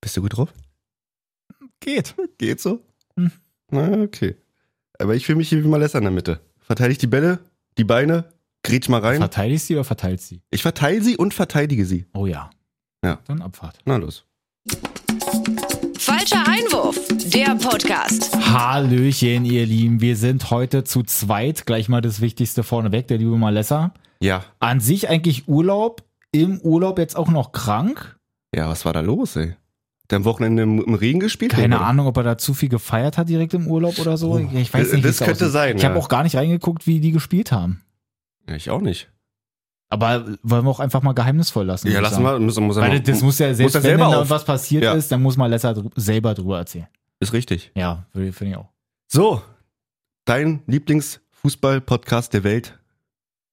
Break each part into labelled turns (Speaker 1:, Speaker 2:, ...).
Speaker 1: Bist du gut drauf?
Speaker 2: Geht.
Speaker 1: Geht so?
Speaker 2: Hm.
Speaker 1: Na, okay. Aber ich fühle mich hier wie Malessa in der Mitte. Verteidige ich die Bälle, die Beine, grätsch mal rein.
Speaker 2: Verteidigst sie oder verteilt sie?
Speaker 1: Ich verteile sie und verteidige sie.
Speaker 2: Oh ja.
Speaker 1: Ja.
Speaker 2: Dann Abfahrt.
Speaker 1: Na los.
Speaker 3: Falscher Einwurf, der Podcast.
Speaker 2: Hallöchen, ihr Lieben. Wir sind heute zu zweit. Gleich mal das Wichtigste vorneweg, der liebe Malessa.
Speaker 1: Ja.
Speaker 2: An sich eigentlich Urlaub. Im Urlaub jetzt auch noch krank.
Speaker 1: Ja, was war da los, ey? Der am Wochenende im, im Regen gespielt?
Speaker 2: Keine
Speaker 1: oder?
Speaker 2: Ahnung, ob er da zu viel gefeiert hat direkt im Urlaub oder so.
Speaker 1: Oh.
Speaker 2: Ich weiß nicht, wie
Speaker 1: Das
Speaker 2: es
Speaker 1: könnte
Speaker 2: aussieht.
Speaker 1: sein,
Speaker 2: Ich
Speaker 1: ja.
Speaker 2: habe auch gar nicht reingeguckt, wie die gespielt haben.
Speaker 1: Ja, ich auch nicht.
Speaker 2: Aber wollen wir auch einfach mal geheimnisvoll lassen?
Speaker 1: Ja,
Speaker 2: würd ich
Speaker 1: lassen
Speaker 2: sagen.
Speaker 1: wir. Muss, muss er
Speaker 2: Weil
Speaker 1: mal-
Speaker 2: das muss ja selbst,
Speaker 1: er
Speaker 2: wenn
Speaker 1: selber
Speaker 2: da
Speaker 1: auf-
Speaker 2: was passiert
Speaker 1: Ja.
Speaker 2: ist, dann muss man Lesser dr- selber drüber erzählen.
Speaker 1: Ist richtig.
Speaker 2: Ja, finde ich auch.
Speaker 1: So, dein Lieblingsfußball-Podcast der Welt.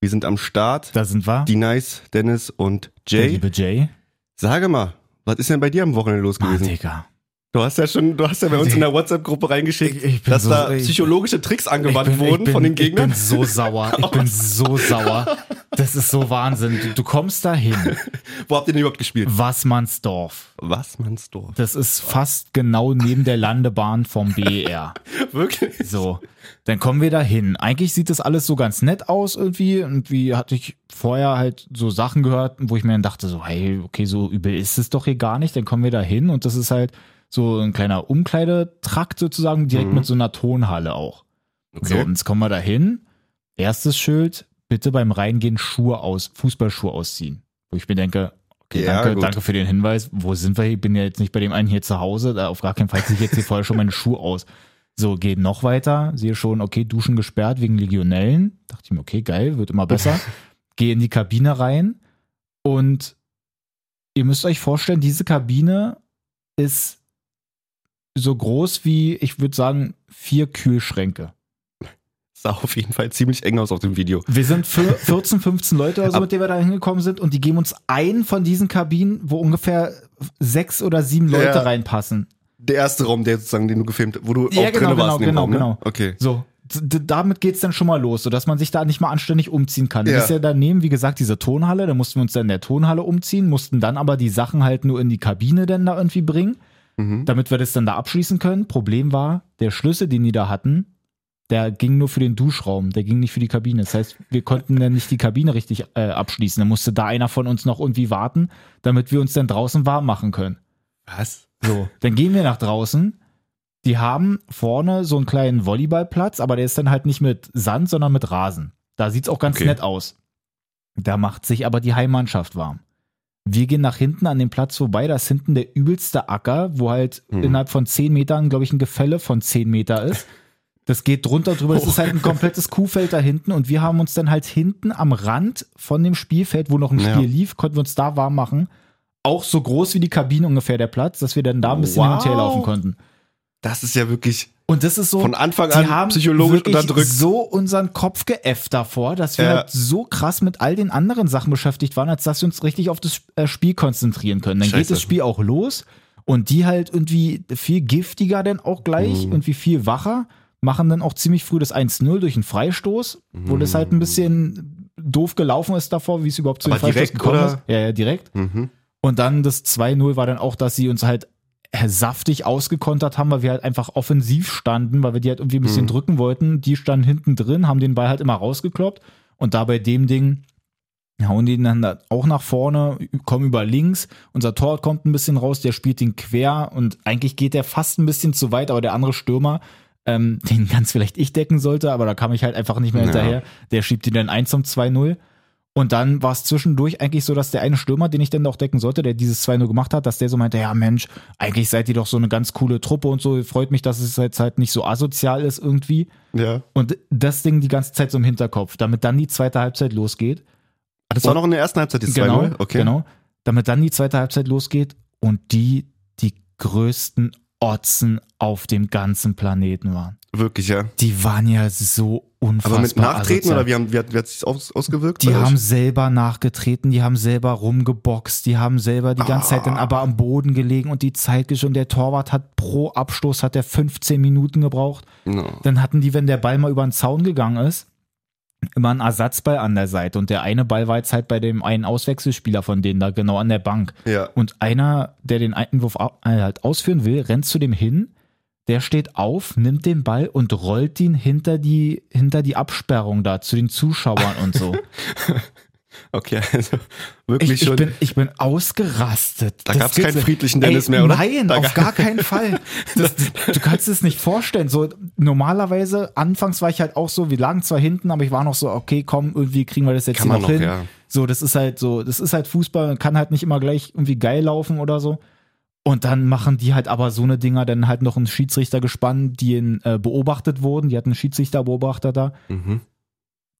Speaker 1: Wir sind am Start.
Speaker 2: Da sind wir.
Speaker 1: Die Nice, Dennis und
Speaker 2: Der
Speaker 1: Jay.
Speaker 2: liebe Jay.
Speaker 1: Sage mal, was ist denn bei dir am Wochenende los
Speaker 2: Mann,
Speaker 1: gewesen?
Speaker 2: Digga.
Speaker 1: Du hast ja schon, du hast ja bei uns in der WhatsApp-Gruppe reingeschickt,
Speaker 2: Ich- ich bin
Speaker 1: dass
Speaker 2: so-
Speaker 1: da
Speaker 2: ich-
Speaker 1: psychologische Tricks
Speaker 2: Ich
Speaker 1: angewandt
Speaker 2: bin- ich
Speaker 1: wurden
Speaker 2: bin-
Speaker 1: von den
Speaker 2: Ich
Speaker 1: Gegnern.
Speaker 2: bin so sauer. Ich bin so sauer. Das ist so Wahnsinn. Du, du kommst dahin.
Speaker 1: Wo habt ihr denn überhaupt gespielt?
Speaker 2: Wassmannsdorf.
Speaker 1: Was, Mansdorf?
Speaker 2: Das ist fast genau neben der Landebahn vom E BER.
Speaker 1: Wirklich?
Speaker 2: So, dann kommen wir da hin. Eigentlich sieht das alles so ganz nett aus irgendwie. Und wie hatte ich vorher halt so Sachen gehört, wo ich mir dann dachte, so, hey, okay, so übel ist es doch hier gar nicht. Dann kommen wir da hin und das ist halt so ein kleiner Umkleidetrakt sozusagen, direkt
Speaker 1: Mhm.
Speaker 2: mit so einer Tonhalle auch. So,
Speaker 1: Okay.
Speaker 2: und jetzt kommen wir da hin. Erstes Schild, bitte beim Reingehen Schuhe aus, Fußballschuhe ausziehen. Wo ich mir denke, okay,
Speaker 1: Ja,
Speaker 2: danke,
Speaker 1: gut.
Speaker 2: danke für den Hinweis. Wo sind wir? Ich bin ja jetzt nicht bei dem einen hier zu Hause. Da auf gar keinen Fall ziehe ich jetzt hier vorher schon meine Schuhe aus. So, geht noch weiter. Sehe schon, okay, Duschen gesperrt wegen Legionellen. Dachte ich mir, okay, geil, wird immer besser. Gehe in die Kabine rein und ihr müsst euch vorstellen, diese Kabine ist so groß wie, ich würde sagen, vier Kühlschränke.
Speaker 1: Sah auf jeden Fall ziemlich eng aus auf dem Video.
Speaker 2: Wir sind für 14, 15 Leute oder so,
Speaker 1: Ab-
Speaker 2: mit denen wir da hingekommen sind und die geben uns einen von diesen Kabinen, wo ungefähr sechs oder sieben Leute
Speaker 1: Ja.
Speaker 2: reinpassen.
Speaker 1: Der erste Raum, der sozusagen, den du gefilmt, wo du
Speaker 2: Ja,
Speaker 1: auch
Speaker 2: genau,
Speaker 1: drin warst.
Speaker 2: genau,
Speaker 1: in dem
Speaker 2: genau,
Speaker 1: Raum, ne?
Speaker 2: genau.
Speaker 1: Okay.
Speaker 2: So, d- damit geht's dann schon mal los, sodass man sich da nicht mal anständig umziehen kann.
Speaker 1: Ja.
Speaker 2: Das ist ja daneben, wie gesagt, diese Tonhalle, da mussten wir uns dann in der Tonhalle umziehen, mussten dann aber die Sachen halt nur in die Kabine dann da irgendwie bringen,
Speaker 1: Mhm.
Speaker 2: damit wir das dann da abschließen können. Problem war, der Schlüssel, den die da hatten, der ging nur für den Duschraum, der ging nicht für die Kabine. Das heißt, wir konnten dann nicht die Kabine richtig äh, abschließen. Da musste da einer von uns noch irgendwie warten, damit wir uns dann draußen warm machen können.
Speaker 1: Was?
Speaker 2: So, dann gehen wir nach draußen. Die haben vorne so einen kleinen Volleyballplatz, aber der ist dann halt nicht mit Sand, sondern mit Rasen. Da sieht's auch ganz
Speaker 1: Okay.
Speaker 2: nett aus. Da macht sich aber die Heimmannschaft warm. Wir gehen nach hinten an dem Platz vorbei. Da ist hinten der übelste Acker, wo halt
Speaker 1: Mhm.
Speaker 2: innerhalb von 10 Metern, glaube ich, ein Gefälle von 10 Meter ist. Das geht drunter drüber.
Speaker 1: Oh.
Speaker 2: Es ist halt ein komplettes Kuhfeld da hinten. Und wir haben uns dann halt hinten am Rand von dem Spielfeld, wo noch ein
Speaker 1: Ja.
Speaker 2: Spiel lief, konnten wir uns da warm machen. Auch so groß wie die Kabine ungefähr der Platz, dass wir dann da ein bisschen hin und her
Speaker 1: Wow.
Speaker 2: laufen konnten.
Speaker 1: Das ist ja wirklich
Speaker 2: Und das ist so,
Speaker 1: von Anfang
Speaker 2: die
Speaker 1: an
Speaker 2: haben
Speaker 1: psychologisch
Speaker 2: wirklich
Speaker 1: unterdrückt.
Speaker 2: so unseren Kopf geäfft davor, dass wir
Speaker 1: Ja.
Speaker 2: halt so krass mit all den anderen Sachen beschäftigt waren, als dass wir uns richtig auf das äh, Spiel konzentrieren können. Dann geht
Speaker 1: Scheiße.
Speaker 2: das Spiel auch los und die halt irgendwie viel giftiger dann auch gleich,
Speaker 1: Mhm.
Speaker 2: irgendwie viel wacher, machen dann auch ziemlich früh das 1-0 durch einen Freistoß, wo das halt ein bisschen doof gelaufen ist davor, wie es überhaupt zu
Speaker 1: Mhm. Aber
Speaker 2: dem Freistoß
Speaker 1: direkt,
Speaker 2: gekommen
Speaker 1: oder?
Speaker 2: ist. Ja, ja, direkt.
Speaker 1: Mhm.
Speaker 2: Und dann das 2-0 war dann auch, dass sie uns halt saftig ausgekontert haben, weil wir halt einfach offensiv standen, weil wir die halt irgendwie ein bisschen
Speaker 1: Mhm.
Speaker 2: drücken wollten. Die standen hinten drin, haben den Ball halt immer rausgekloppt und da bei dem Ding hauen die dann da auch nach vorne, kommen über links, unser Tor kommt ein bisschen raus, der spielt den quer und eigentlich geht der fast ein bisschen zu weit, aber der andere Stürmer, ähm, den ganz vielleicht ich decken sollte, aber da kam ich halt einfach nicht mehr
Speaker 1: Ja.
Speaker 2: hinterher, der schiebt ihn dann 1 zum 2-0. Und dann war es zwischendurch eigentlich so, dass der eine Stürmer, den ich dann doch decken sollte, der dieses 2-0 gemacht hat, dass der so meinte, ja Mensch, eigentlich seid ihr doch so eine ganz coole Truppe und so, freut mich, dass es jetzt halt nicht so asozial ist irgendwie.
Speaker 1: Ja. Ah,
Speaker 2: Und das Ding die ganze Zeit so im Hinterkopf, damit dann die zweite Halbzeit losgeht.
Speaker 1: Ah, Das war noch in der ersten Halbzeit, die 2-0. Okay.
Speaker 2: Genau. Damit dann die zweite Halbzeit losgeht und die die größten Otzen auf dem ganzen Planeten waren.
Speaker 1: Wirklich, ja.
Speaker 2: Die waren ja so unfassbar.
Speaker 1: Aber mit Nachtreten
Speaker 2: asozial.
Speaker 1: oder wie, haben, wie, hat, wie hat sich aus, ausgewirkt?
Speaker 2: Die
Speaker 1: bei euch?
Speaker 2: haben selber nachgetreten, die haben selber rumgeboxt, die haben selber die ganze Zeit dann
Speaker 1: Ah.
Speaker 2: aber am Boden gelegen und die Zeit gesch- und Der Torwart hat pro Abstoß hat er 15 Minuten gebraucht.
Speaker 1: No.
Speaker 2: Dann hatten die, wenn der Ball mal über den Zaun gegangen ist, immer einen Ersatzball an der Seite und der eine Ball war jetzt halt bei dem einen Auswechselspieler von denen da genau an der Bank.
Speaker 1: Ja.
Speaker 2: Und einer, der den Einwurf au- äh, halt ausführen will, rennt zu dem hin, der steht auf, nimmt den Ball und rollt ihn hinter die, hinter die Absperrung da zu den Zuschauern und so.
Speaker 1: Okay, also
Speaker 2: Ich,
Speaker 1: wirklich
Speaker 2: ich,
Speaker 1: schon.
Speaker 2: bin, ich bin ausgerastet.
Speaker 1: Da
Speaker 2: Das
Speaker 1: gab's
Speaker 2: gibt's
Speaker 1: keinen
Speaker 2: nicht.
Speaker 1: friedlichen Dennis mehr, oder?
Speaker 2: Nein,
Speaker 1: Da
Speaker 2: auf
Speaker 1: ga-
Speaker 2: gar keinen Fall. Das, du kannst es nicht vorstellen. So normalerweise, anfangs war ich halt auch so, wir lagen zwar hinten, aber ich war noch so, okay, komm, irgendwie kriegen wir das jetzt
Speaker 1: Kann
Speaker 2: hier
Speaker 1: man
Speaker 2: noch
Speaker 1: noch,
Speaker 2: hin.
Speaker 1: ja.
Speaker 2: So, das ist halt so, das ist halt Fußball, kann halt nicht immer gleich irgendwie geil laufen oder so. Und dann machen die halt aber so eine Dinger, dann halt noch einen Schiedsrichter gespannt, die ihn, äh, beobachtet wurden. Die hatten einen Schiedsrichterbeobachter da
Speaker 1: mhm.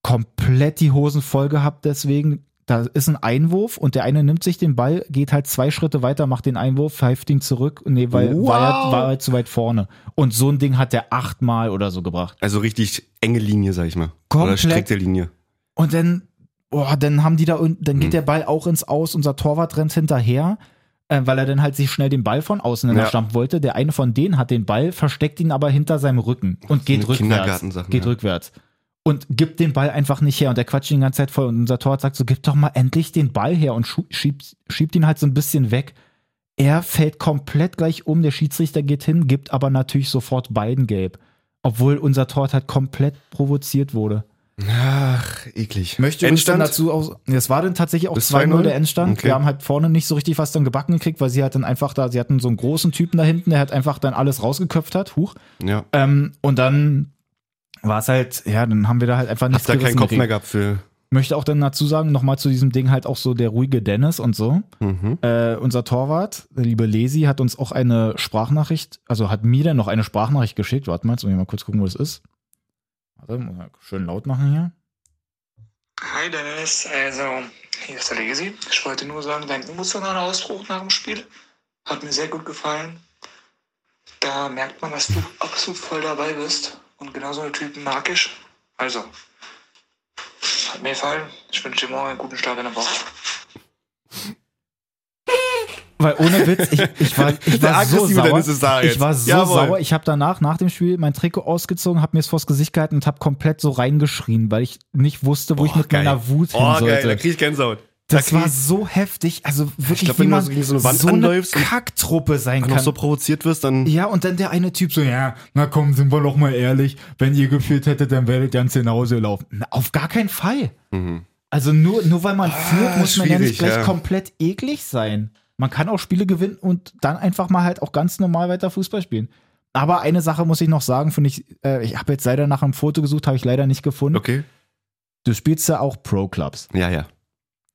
Speaker 2: komplett die Hosen voll gehabt deswegen. Da ist ein Einwurf und der eine nimmt sich den Ball, geht halt zwei Schritte weiter, macht den Einwurf, pfeift ihn zurück. Nee, weil
Speaker 1: Wow.
Speaker 2: war, er, war er zu weit vorne. Und so ein Ding hat der achtmal oder so gebracht.
Speaker 1: Also richtig enge Linie, sag ich mal. Oder
Speaker 2: Komplett.
Speaker 1: strikte Linie.
Speaker 2: Und dann, boah, dann haben die da, un- dann
Speaker 1: Hm.
Speaker 2: geht der Ball auch ins Aus, unser Torwart rennt hinterher, äh, weil er dann halt sich schnell den Ball von außen
Speaker 1: Ja.
Speaker 2: stampfen wollte. Der eine von denen hat den Ball, versteckt ihn aber hinter seinem Rücken und geht
Speaker 1: eine
Speaker 2: rückwärts.
Speaker 1: Kindergartensache,
Speaker 2: Geht
Speaker 1: ja.
Speaker 2: rückwärts. Und gibt den Ball einfach nicht her. Und der quatscht ihn die ganze Zeit voll. Und unser Torwart sagt so, gib doch mal endlich den Ball her und schu- schiebt, schiebt ihn halt so ein bisschen weg. Er fällt komplett gleich um. Der Schiedsrichter geht hin, gibt aber natürlich sofort beiden gelb. Obwohl unser Torwart halt komplett provoziert wurde.
Speaker 1: Ach, eklig.
Speaker 2: Möchte übrigens dann dazu auch, das war dann tatsächlich auch
Speaker 1: Bis
Speaker 2: 2-0
Speaker 1: 2-0?
Speaker 2: der Endstand.
Speaker 1: Okay.
Speaker 2: Wir haben halt vorne nicht so richtig was dann gebacken gekriegt, weil sie halt dann einfach da, sie hatten so einen großen Typen da hinten, der hat einfach dann alles rausgeköpft hat, huch.
Speaker 1: Ja.
Speaker 2: Ähm, und dann war es halt, ja, dann haben wir da halt einfach nichts
Speaker 1: Hast da keinen
Speaker 2: gerissen
Speaker 1: Kopf mehr
Speaker 2: gekriegt.
Speaker 1: gehabt für.
Speaker 2: Möchte auch dann dazu sagen, nochmal zu diesem Ding halt auch so der ruhige Dennis und so.
Speaker 1: Mhm.
Speaker 2: Äh, unser Torwart, der liebe Lesi, hat uns auch eine Sprachnachricht, also hat mir dann noch eine Sprachnachricht geschickt. Warte mal, jetzt muss ich mal kurz gucken, wo das ist. Warte, muss mal schön laut machen hier.
Speaker 4: Hi Dennis, also hier ist der Lesi. Ich wollte nur sagen, dein emotionaler Ausbruch nach dem Spiel hat mir sehr gut gefallen. Da merkt man, dass du absolut voll dabei bist und genau so eine Typen mag ich. Also, hat mir gefallen. Ich wünsche dir morgen einen guten Start in der Woche.
Speaker 2: Weil ohne Witz, ich, ich war, ich
Speaker 1: Der
Speaker 2: war so
Speaker 1: aggressive
Speaker 2: sauer.
Speaker 1: Dennis ist da jetzt.
Speaker 2: Ich war so
Speaker 1: Jawohl.
Speaker 2: sauer. Ich habe danach, nach dem Spiel, mein Trikot ausgezogen, habe mir es vors Gesicht gehalten und habe komplett so reingeschrien, weil ich nicht wusste, wo ich mit
Speaker 1: geil.
Speaker 2: meiner Wut hin
Speaker 1: Oh, geil, da
Speaker 2: sollte.
Speaker 1: krieg ich Gänsehaut.
Speaker 2: das
Speaker 1: da krieg
Speaker 2: war
Speaker 1: ich-
Speaker 2: so heftig. Also wirklich,
Speaker 1: glaub,
Speaker 2: wie
Speaker 1: wenn du
Speaker 2: man
Speaker 1: so gegen so eine Wand
Speaker 2: eine
Speaker 1: anläufst und-
Speaker 2: Kacktruppe sein
Speaker 1: Wenn du
Speaker 2: kann.
Speaker 1: noch so provoziert wirst, dann.
Speaker 2: ja, und dann der eine Typ so, ja, na komm, sind wir doch mal ehrlich, wenn ihr geführt hättet, dann wäret ihr ans Hause laufen. Na, auf gar keinen Fall.
Speaker 1: Mhm. Ah,
Speaker 2: Also nur, nur weil man führt, muss man ja
Speaker 1: schwierig,
Speaker 2: nicht gleich
Speaker 1: ja.
Speaker 2: komplett eklig sein. Man kann auch Spiele gewinnen und dann einfach mal halt auch ganz normal weiter Fußball spielen. Aber eine Sache muss ich noch sagen, finde ich, äh, ich habe jetzt leider nach einem Foto gesucht, habe ich leider nicht gefunden.
Speaker 1: Okay.
Speaker 2: Du spielst ja auch Pro-Clubs.
Speaker 1: Ja, ja.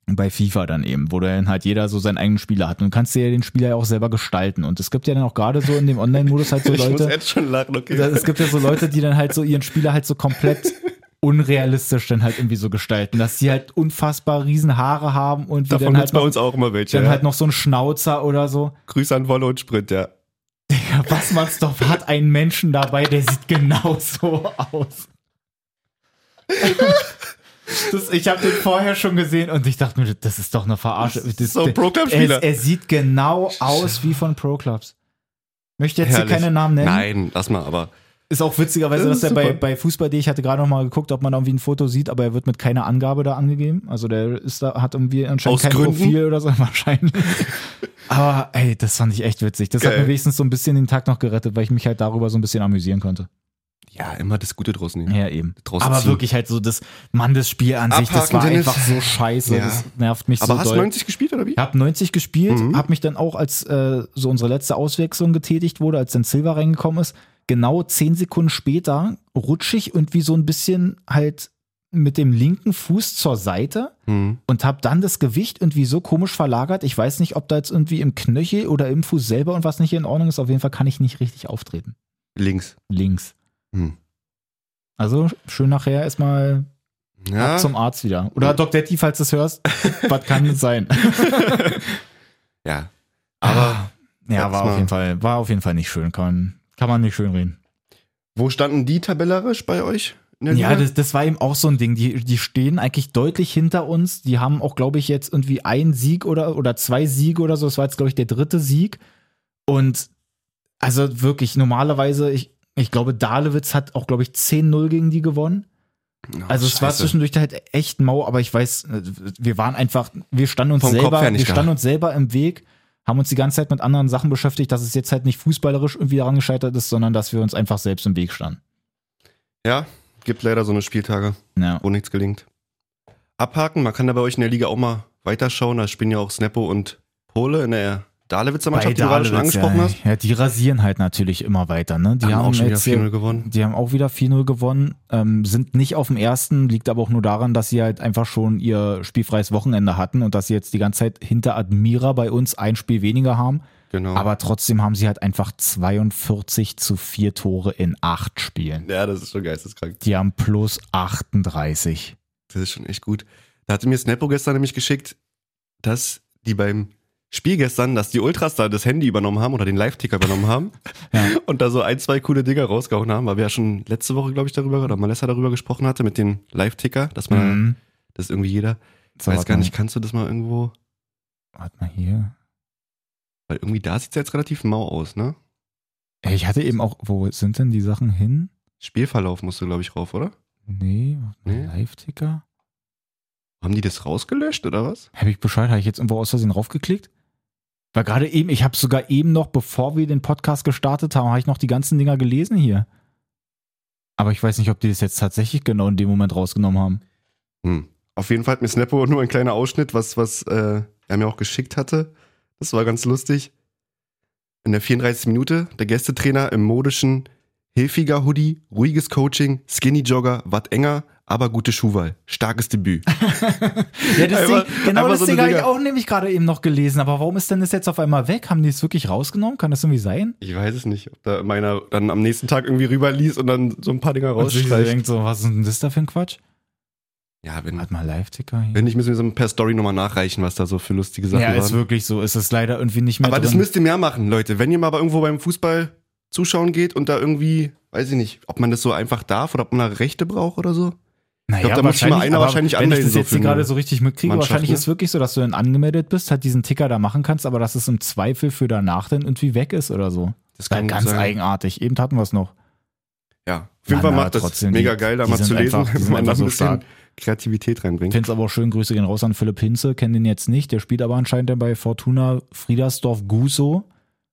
Speaker 2: Bei FIFA dann eben, wo dann halt jeder so seinen eigenen Spieler hat. Und du kannst dir ja den Spieler ja auch selber gestalten. Und es gibt ja dann auch gerade so in dem Online-Modus halt so
Speaker 1: ich muss
Speaker 2: Leute.
Speaker 1: jetzt schon lachen, okay.
Speaker 2: Da- Es gibt ja so Leute, die dann halt so ihren Spieler halt so komplett unrealistisch dann halt irgendwie so gestalten, dass die halt unfassbar riesen Haare haben und die
Speaker 1: Davon
Speaker 2: dann
Speaker 1: gibt's
Speaker 2: halt,
Speaker 1: bei
Speaker 2: noch,
Speaker 1: uns auch immer welche.
Speaker 2: dann
Speaker 1: Ja.
Speaker 2: halt noch so einen Schnauzer oder so.
Speaker 1: Grüße an Wolle und Sprint, ja.
Speaker 2: Ja, was man's doch hat einen Menschen dabei, der sieht genau so aus. Das, ich habe den vorher schon gesehen und ich dachte mir, das ist doch eine Verarsche.
Speaker 1: Das ist
Speaker 2: Das-
Speaker 1: so ein
Speaker 2: der-
Speaker 1: Pro-Club-Spieler.
Speaker 2: Er, er sieht genau aus wie von Pro Clubs. Möchte jetzt
Speaker 1: Herrlich.
Speaker 2: hier keine Namen nennen.
Speaker 1: Nein, lass mal, aber.
Speaker 2: Ist auch witzigerweise,
Speaker 1: Das
Speaker 2: dass
Speaker 1: ist
Speaker 2: er bei,
Speaker 1: super.
Speaker 2: bei Fußball.de, ich hatte gerade noch mal geguckt, ob man da irgendwie ein Foto sieht, aber er wird mit keiner Angabe da angegeben. Also der ist da, hat irgendwie anscheinend
Speaker 1: Aus
Speaker 2: kein
Speaker 1: Gründen?
Speaker 2: Profil oder so wahrscheinlich. aber ey, das fand ich echt witzig. Das hat
Speaker 1: Geil.
Speaker 2: mir wenigstens so ein bisschen den Tag noch gerettet, weil ich mich halt darüber so ein bisschen amüsieren konnte.
Speaker 1: Ja, immer das Gute draus nehmen.
Speaker 2: Ja, eben.
Speaker 1: Draußen
Speaker 2: aber
Speaker 1: ziehen.
Speaker 2: wirklich halt so das Mann, das Spiel an sich, das
Speaker 1: Abhaken,
Speaker 2: war
Speaker 1: Dennis.
Speaker 2: einfach so scheiße.
Speaker 1: Ja.
Speaker 2: Das nervt mich
Speaker 1: Aber
Speaker 2: so
Speaker 1: hast
Speaker 2: doll.
Speaker 1: 90 gespielt oder wie?
Speaker 2: Ich habe 90 gespielt,
Speaker 1: Mhm.
Speaker 2: habe mich dann auch, als äh, so unsere letzte Auswechslung getätigt wurde, als dann Silva reingekommen ist, genau 10 Sekunden später rutschig und wie so ein bisschen halt mit dem linken Fuß zur Seite
Speaker 1: Mhm.
Speaker 2: und habe dann das Gewicht irgendwie so komisch verlagert. Ich weiß nicht, ob da jetzt irgendwie im Knöchel oder im Fuß selber und was nicht in Ordnung ist. Auf jeden Fall kann ich nicht richtig auftreten.
Speaker 1: Links.
Speaker 2: Links.
Speaker 1: Mhm.
Speaker 2: Also schön nachher erstmal
Speaker 1: Ja.
Speaker 2: ab zum Arzt wieder. Oder Doc Detti, falls du es hörst, was kann es sein?
Speaker 1: ja. Aber
Speaker 2: Ja,
Speaker 1: Jetzt
Speaker 2: war auf,
Speaker 1: mal.
Speaker 2: jeden Fall, war auf jeden Fall nicht schön. Kann man, kann man nicht schön reden.
Speaker 1: wo standen die tabellarisch bei euch? in der
Speaker 2: Ja,
Speaker 1: Liga?
Speaker 2: das, das war eben auch so ein Ding. Die, die stehen eigentlich deutlich hinter uns. Die haben auch, glaube ich, jetzt irgendwie einen Sieg oder, oder zwei Siege oder so. Das war jetzt, glaube ich, der dritte Sieg. Und also wirklich, normalerweise, ich, ich glaube, Dalewitz hat auch, glaube ich, 10-0 gegen die gewonnen. Also es
Speaker 1: Oh,
Speaker 2: war
Speaker 1: Scheiße.
Speaker 2: zwischendurch halt echt mau, aber ich weiß, wir waren einfach, wir standen uns
Speaker 1: Vom Kopf
Speaker 2: selber,
Speaker 1: her nicht
Speaker 2: wir standen
Speaker 1: da.
Speaker 2: uns selber im Weg, haben uns die ganze Zeit mit anderen Sachen beschäftigt, dass es jetzt halt nicht fußballerisch irgendwie daran gescheitert ist, sondern dass wir uns einfach selbst im Weg standen.
Speaker 1: Ja, gibt leider so eine Spieltage,
Speaker 2: Ja.
Speaker 1: wo nichts gelingt. Abhaken, man kann da bei euch in der Liga auch mal weiterschauen. Da spielen ja auch Sneppo und Pole in der Dalewitzer Mannschaft, die du gerade schon
Speaker 2: Dalewitz,
Speaker 1: angesprochen
Speaker 2: ja,
Speaker 1: hast.
Speaker 2: Ja, die rasieren halt natürlich immer weiter, ne? Die haben,
Speaker 1: auch schon wieder
Speaker 2: jetzt hier,
Speaker 1: 4-0 gewonnen.
Speaker 2: die haben auch wieder 4-0 gewonnen, ähm, sind nicht auf dem ersten, liegt aber auch nur daran, dass sie halt einfach schon ihr spielfreies Wochenende hatten und dass sie jetzt die ganze Zeit hinter Admira bei uns ein Spiel weniger haben.
Speaker 1: Genau.
Speaker 2: Aber trotzdem haben sie halt einfach 42 zu 4 Tore in 8 Spielen.
Speaker 1: ja, das ist schon geisteskrank.
Speaker 2: Die haben plus 38.
Speaker 1: Das ist schon echt gut. Da hatte mir Snappo gestern nämlich geschickt, dass die beim Spiel gestern, dass die Ultras da das Handy übernommen haben oder den Live-Ticker übernommen haben
Speaker 2: Ja.
Speaker 1: und da so ein, zwei coole Dinger rausgehauen haben, weil wir ja schon letzte Woche, glaube ich, darüber oder Malessa darüber gesprochen hatte mit dem Live-Ticker, dass man
Speaker 2: Mhm.
Speaker 1: das irgendwie jeder. Ich
Speaker 2: So,
Speaker 1: weiß
Speaker 2: warte
Speaker 1: gar
Speaker 2: mal.
Speaker 1: nicht, kannst du das mal irgendwo?
Speaker 2: Warte mal hier.
Speaker 1: Weil irgendwie da sieht es jetzt relativ mau aus, ne?
Speaker 2: Ey, Ich hatte eben auch, wo sind denn die Sachen hin?
Speaker 1: Spielverlauf musst du, glaube ich, rauf, oder?
Speaker 2: Nee, warte mal,
Speaker 1: Nee.
Speaker 2: Live-Ticker.
Speaker 1: Haben die das rausgelöscht oder was?
Speaker 2: Habe ich Bescheid, habe ich jetzt irgendwo aus Versehen raufgeklickt? Weil gerade eben, ich habe sogar eben noch, bevor wir den Podcast gestartet haben, habe ich noch die ganzen Dinger gelesen hier. Aber ich weiß nicht, ob die das jetzt tatsächlich genau in dem Moment rausgenommen haben.
Speaker 1: Hm. Auf jeden Fall hat mir Snappo nur ein kleiner Ausschnitt, was, was äh, er mir auch geschickt hatte. Das war ganz lustig. In der 34. Minute der Gästetrainer im modischen hilfiger Hoodie, ruhiges Coaching, Skinny Jogger, wat enger, aber gute Schuhwahl. Starkes Debüt.
Speaker 2: Ja, das
Speaker 1: Einfach-
Speaker 2: Ding, genau
Speaker 1: einfach
Speaker 2: das
Speaker 1: so
Speaker 2: Ding
Speaker 1: eine
Speaker 2: habe ich
Speaker 1: Dinger.
Speaker 2: auch nämlich gerade eben noch gelesen. Aber warum ist denn das jetzt auf einmal weg? Haben die es wirklich rausgenommen? Kann das irgendwie sein?
Speaker 1: Ich weiß es nicht, ob da meiner dann am nächsten Tag irgendwie rüberliest und dann so ein paar Dinger
Speaker 2: Und sich so
Speaker 1: rausstreicht.
Speaker 2: denkt so, was ist denn das da für ein Quatsch?
Speaker 1: Ja, wenn,
Speaker 2: Warte mal, Live-Ticker hier.
Speaker 1: Hm. wenn nicht, müssen wir so per Story nochmal nachreichen, was da so für lustige Sachen
Speaker 2: Ja, ist
Speaker 1: waren.
Speaker 2: wirklich so. Ist es leider irgendwie nicht mehr
Speaker 1: Aber das
Speaker 2: drin.
Speaker 1: müsst ihr mehr machen, Leute. Wenn ihr mal bei irgendwo beim Fußball zuschauen geht und da irgendwie, weiß ich nicht, ob man das so einfach darf oder ob man da Rechte braucht oder so.
Speaker 2: Naja,
Speaker 1: glaub, da muss sich mal einer
Speaker 2: aber
Speaker 1: wahrscheinlich
Speaker 2: Wenn ich
Speaker 1: anmelden,
Speaker 2: das
Speaker 1: so
Speaker 2: jetzt
Speaker 1: für
Speaker 2: hier
Speaker 1: eine
Speaker 2: gerade so richtig mitkriege,
Speaker 1: Mannschaft,
Speaker 2: wahrscheinlich
Speaker 1: ne?
Speaker 2: ist wirklich so, dass du dann angemeldet bist, halt diesen Ticker da machen kannst, aber dass es im Zweifel für danach dann irgendwie weg ist oder so.
Speaker 1: Das
Speaker 2: Weil
Speaker 1: gut
Speaker 2: ganz eigenartig. Eben hatten wir es noch.
Speaker 1: Ja, auf jeden
Speaker 2: Mann,
Speaker 1: Fall
Speaker 2: aber
Speaker 1: macht das
Speaker 2: trotzdem, die-
Speaker 1: mega geil, da
Speaker 2: die
Speaker 1: mal
Speaker 2: sind
Speaker 1: zu lesen,
Speaker 2: einfach- die
Speaker 1: wenn
Speaker 2: sind
Speaker 1: man da ein
Speaker 2: einfach so
Speaker 1: bisschen
Speaker 2: stark.
Speaker 1: Kreativität
Speaker 2: Ich
Speaker 1: reinbringt.
Speaker 2: finde es aber auch schön, Grüße gehen raus an Philipp Hinze, kennen den jetzt nicht. Der spielt aber anscheinend dann bei Fortuna Friedersdorf Guso.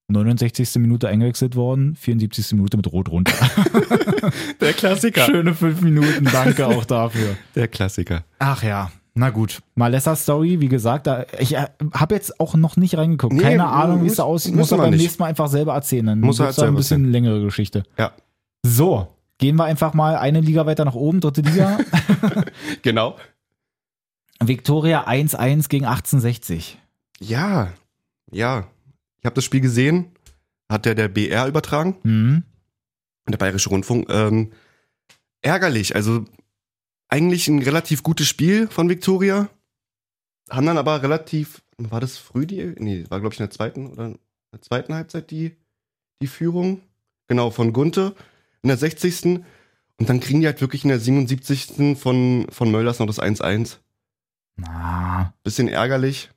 Speaker 2: 69. Minute eingewechselt worden, 74. Minute mit Rot runter.
Speaker 1: Der Klassiker.
Speaker 2: Schöne fünf Minuten, danke auch dafür.
Speaker 1: Der Klassiker.
Speaker 2: Ach ja, na gut. Malessa Story, wie gesagt, da, ich habe jetzt auch noch nicht reingeguckt.
Speaker 1: Nee,
Speaker 2: Keine Ahnung, wie es
Speaker 1: muss-
Speaker 2: da aussieht.
Speaker 1: müssen
Speaker 2: Muss er
Speaker 1: wir
Speaker 2: beim
Speaker 1: nicht.
Speaker 2: nächsten Mal einfach selber erzählen. Dann
Speaker 1: Muss er
Speaker 2: wird's
Speaker 1: halt
Speaker 2: da ein
Speaker 1: selber
Speaker 2: bisschen
Speaker 1: erzählen.
Speaker 2: längere Geschichte.
Speaker 1: Ja.
Speaker 2: So, gehen wir einfach mal eine Liga weiter nach oben, dritte Liga.
Speaker 1: Genau.
Speaker 2: Victoria 1-1 gegen 1860.
Speaker 1: Ja, ja. Ich habe das Spiel gesehen, hat der der BR übertragen.
Speaker 2: Mhm.
Speaker 1: der Bayerische Rundfunk. Ähm, ärgerlich, also eigentlich ein relativ gutes Spiel von Viktoria. Haben dann aber relativ, war das früh die, nee, war glaube ich in der zweiten oder in der zweiten Halbzeit die, die Führung. Genau, von Gunte in der 60. Und dann kriegen die halt wirklich in der 77. von, von Mölders noch das 1-1.
Speaker 2: Na,
Speaker 1: Bisschen ärgerlich,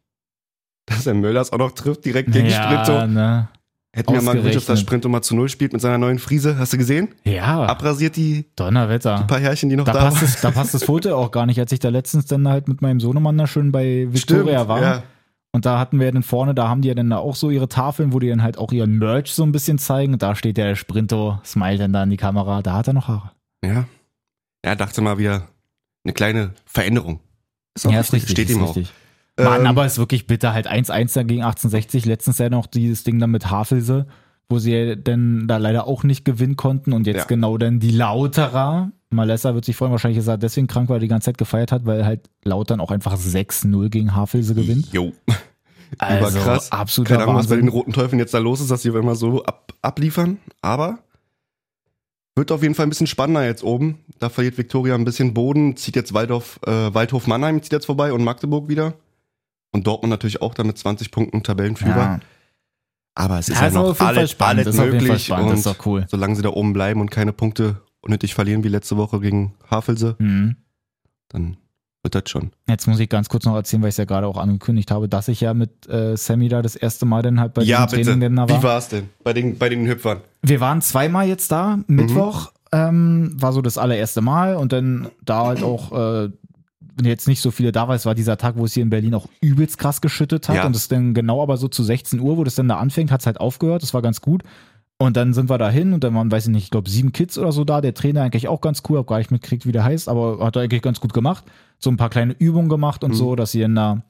Speaker 1: dass er Mölders auch noch trifft direkt gegen Sprinto.
Speaker 2: ne.
Speaker 1: Hätten wir mal gewünscht, dass der
Speaker 2: ausgerechnet.
Speaker 1: Sprinto mal zu Null spielt mit seiner neuen Frise. Hast du gesehen?
Speaker 2: ja
Speaker 1: Abrasiert die,
Speaker 2: Donnerwetter.
Speaker 1: ein paar Härchen, die noch
Speaker 2: Da
Speaker 1: da,
Speaker 2: passt,
Speaker 1: waren.
Speaker 2: das, da passt das Foto auch gar nicht, als ich da letztens dann halt mit meinem Sohnemann da schön bei Victoria war.
Speaker 1: Ja.
Speaker 2: Und da hatten wir dann vorne, da haben die ja dann da auch so ihre Tafeln, wo die dann halt auch ihren Merch so ein bisschen zeigen. Und da steht der Sprinto, smilet dann da in die Kamera. Da hat er noch Haare.
Speaker 1: ja. Ja, dachte mal wieder eine kleine Veränderung. Ist
Speaker 2: ja, ist richtig.
Speaker 1: Steht
Speaker 2: ist
Speaker 1: ihm
Speaker 2: richtig.
Speaker 1: auch.
Speaker 2: Mann,
Speaker 1: Ähm,
Speaker 2: aber ist wirklich bitter. Halt 1-1 dann gegen 1860. Letztens ja noch dieses Ding dann mit Havelse, wo sie ja dann da leider auch nicht gewinnen konnten. Und jetzt
Speaker 1: Ja.
Speaker 2: genau dann die Lauterer. Malessa wird sich freuen, wahrscheinlich ist er deswegen krank, weil er die ganze Zeit gefeiert hat, weil halt Lautern auch einfach 6-0 gegen Havelse gewinnt.
Speaker 1: Jo.
Speaker 2: Also
Speaker 1: Überkrass.
Speaker 2: absoluter
Speaker 1: Keine Ahnung, was bei
Speaker 2: Wahnsinn.
Speaker 1: den Roten Teufeln jetzt da los ist, dass sie immer so ab, abliefern. Aber wird auf jeden Fall ein bisschen spannender jetzt oben. Da verliert Viktoria ein bisschen Boden, zieht jetzt Waldhof, äh, Waldhof Mannheim zieht jetzt vorbei und Magdeburg wieder. Und Dortmund natürlich auch da mit 20 Punkten Tabellenführer.
Speaker 2: Ja.
Speaker 1: Aber es ist
Speaker 2: Ja,
Speaker 1: ja,
Speaker 2: ist aber auf
Speaker 1: noch
Speaker 2: jeden Fall
Speaker 1: alles,
Speaker 2: spannend.
Speaker 1: alles
Speaker 2: Ist auf jeden Fall
Speaker 1: möglich.
Speaker 2: spannend.
Speaker 1: Und
Speaker 2: Ist doch cool.
Speaker 1: solange sie da oben bleiben und keine Punkte unnötig verlieren wie letzte Woche gegen Havelse,
Speaker 2: Mhm.
Speaker 1: dann wird das schon.
Speaker 2: Jetzt muss ich ganz kurz noch erzählen, weil ich es ja gerade auch angekündigt habe, dass ich ja mit äh, Sammy da das erste Mal dann halt bei diesem Training dann da war.
Speaker 1: Wie war es denn bei den, bei den Hüpfern?
Speaker 2: Wir waren zweimal jetzt da, Mittwoch,
Speaker 1: Mhm.
Speaker 2: ähm, war so das allererste Mal und dann da halt auch, äh, wenn jetzt nicht so viele da war, es war dieser Tag, wo es hier in Berlin auch übelst krass geschüttet hat
Speaker 1: Ja.
Speaker 2: und es dann genau aber so zu 16 Uhr, wo das dann da anfängt, hat es halt aufgehört, das war ganz gut. Und dann sind wir dahin und dann waren, weiß ich nicht, ich glaube sieben Kids oder so da. Der Trainer eigentlich auch ganz cool, hab gar nicht mitgekriegt, wie der heißt, aber hat er eigentlich ganz gut gemacht. So ein paar kleine Übungen gemacht und
Speaker 1: Mhm.
Speaker 2: so, dass sie dann da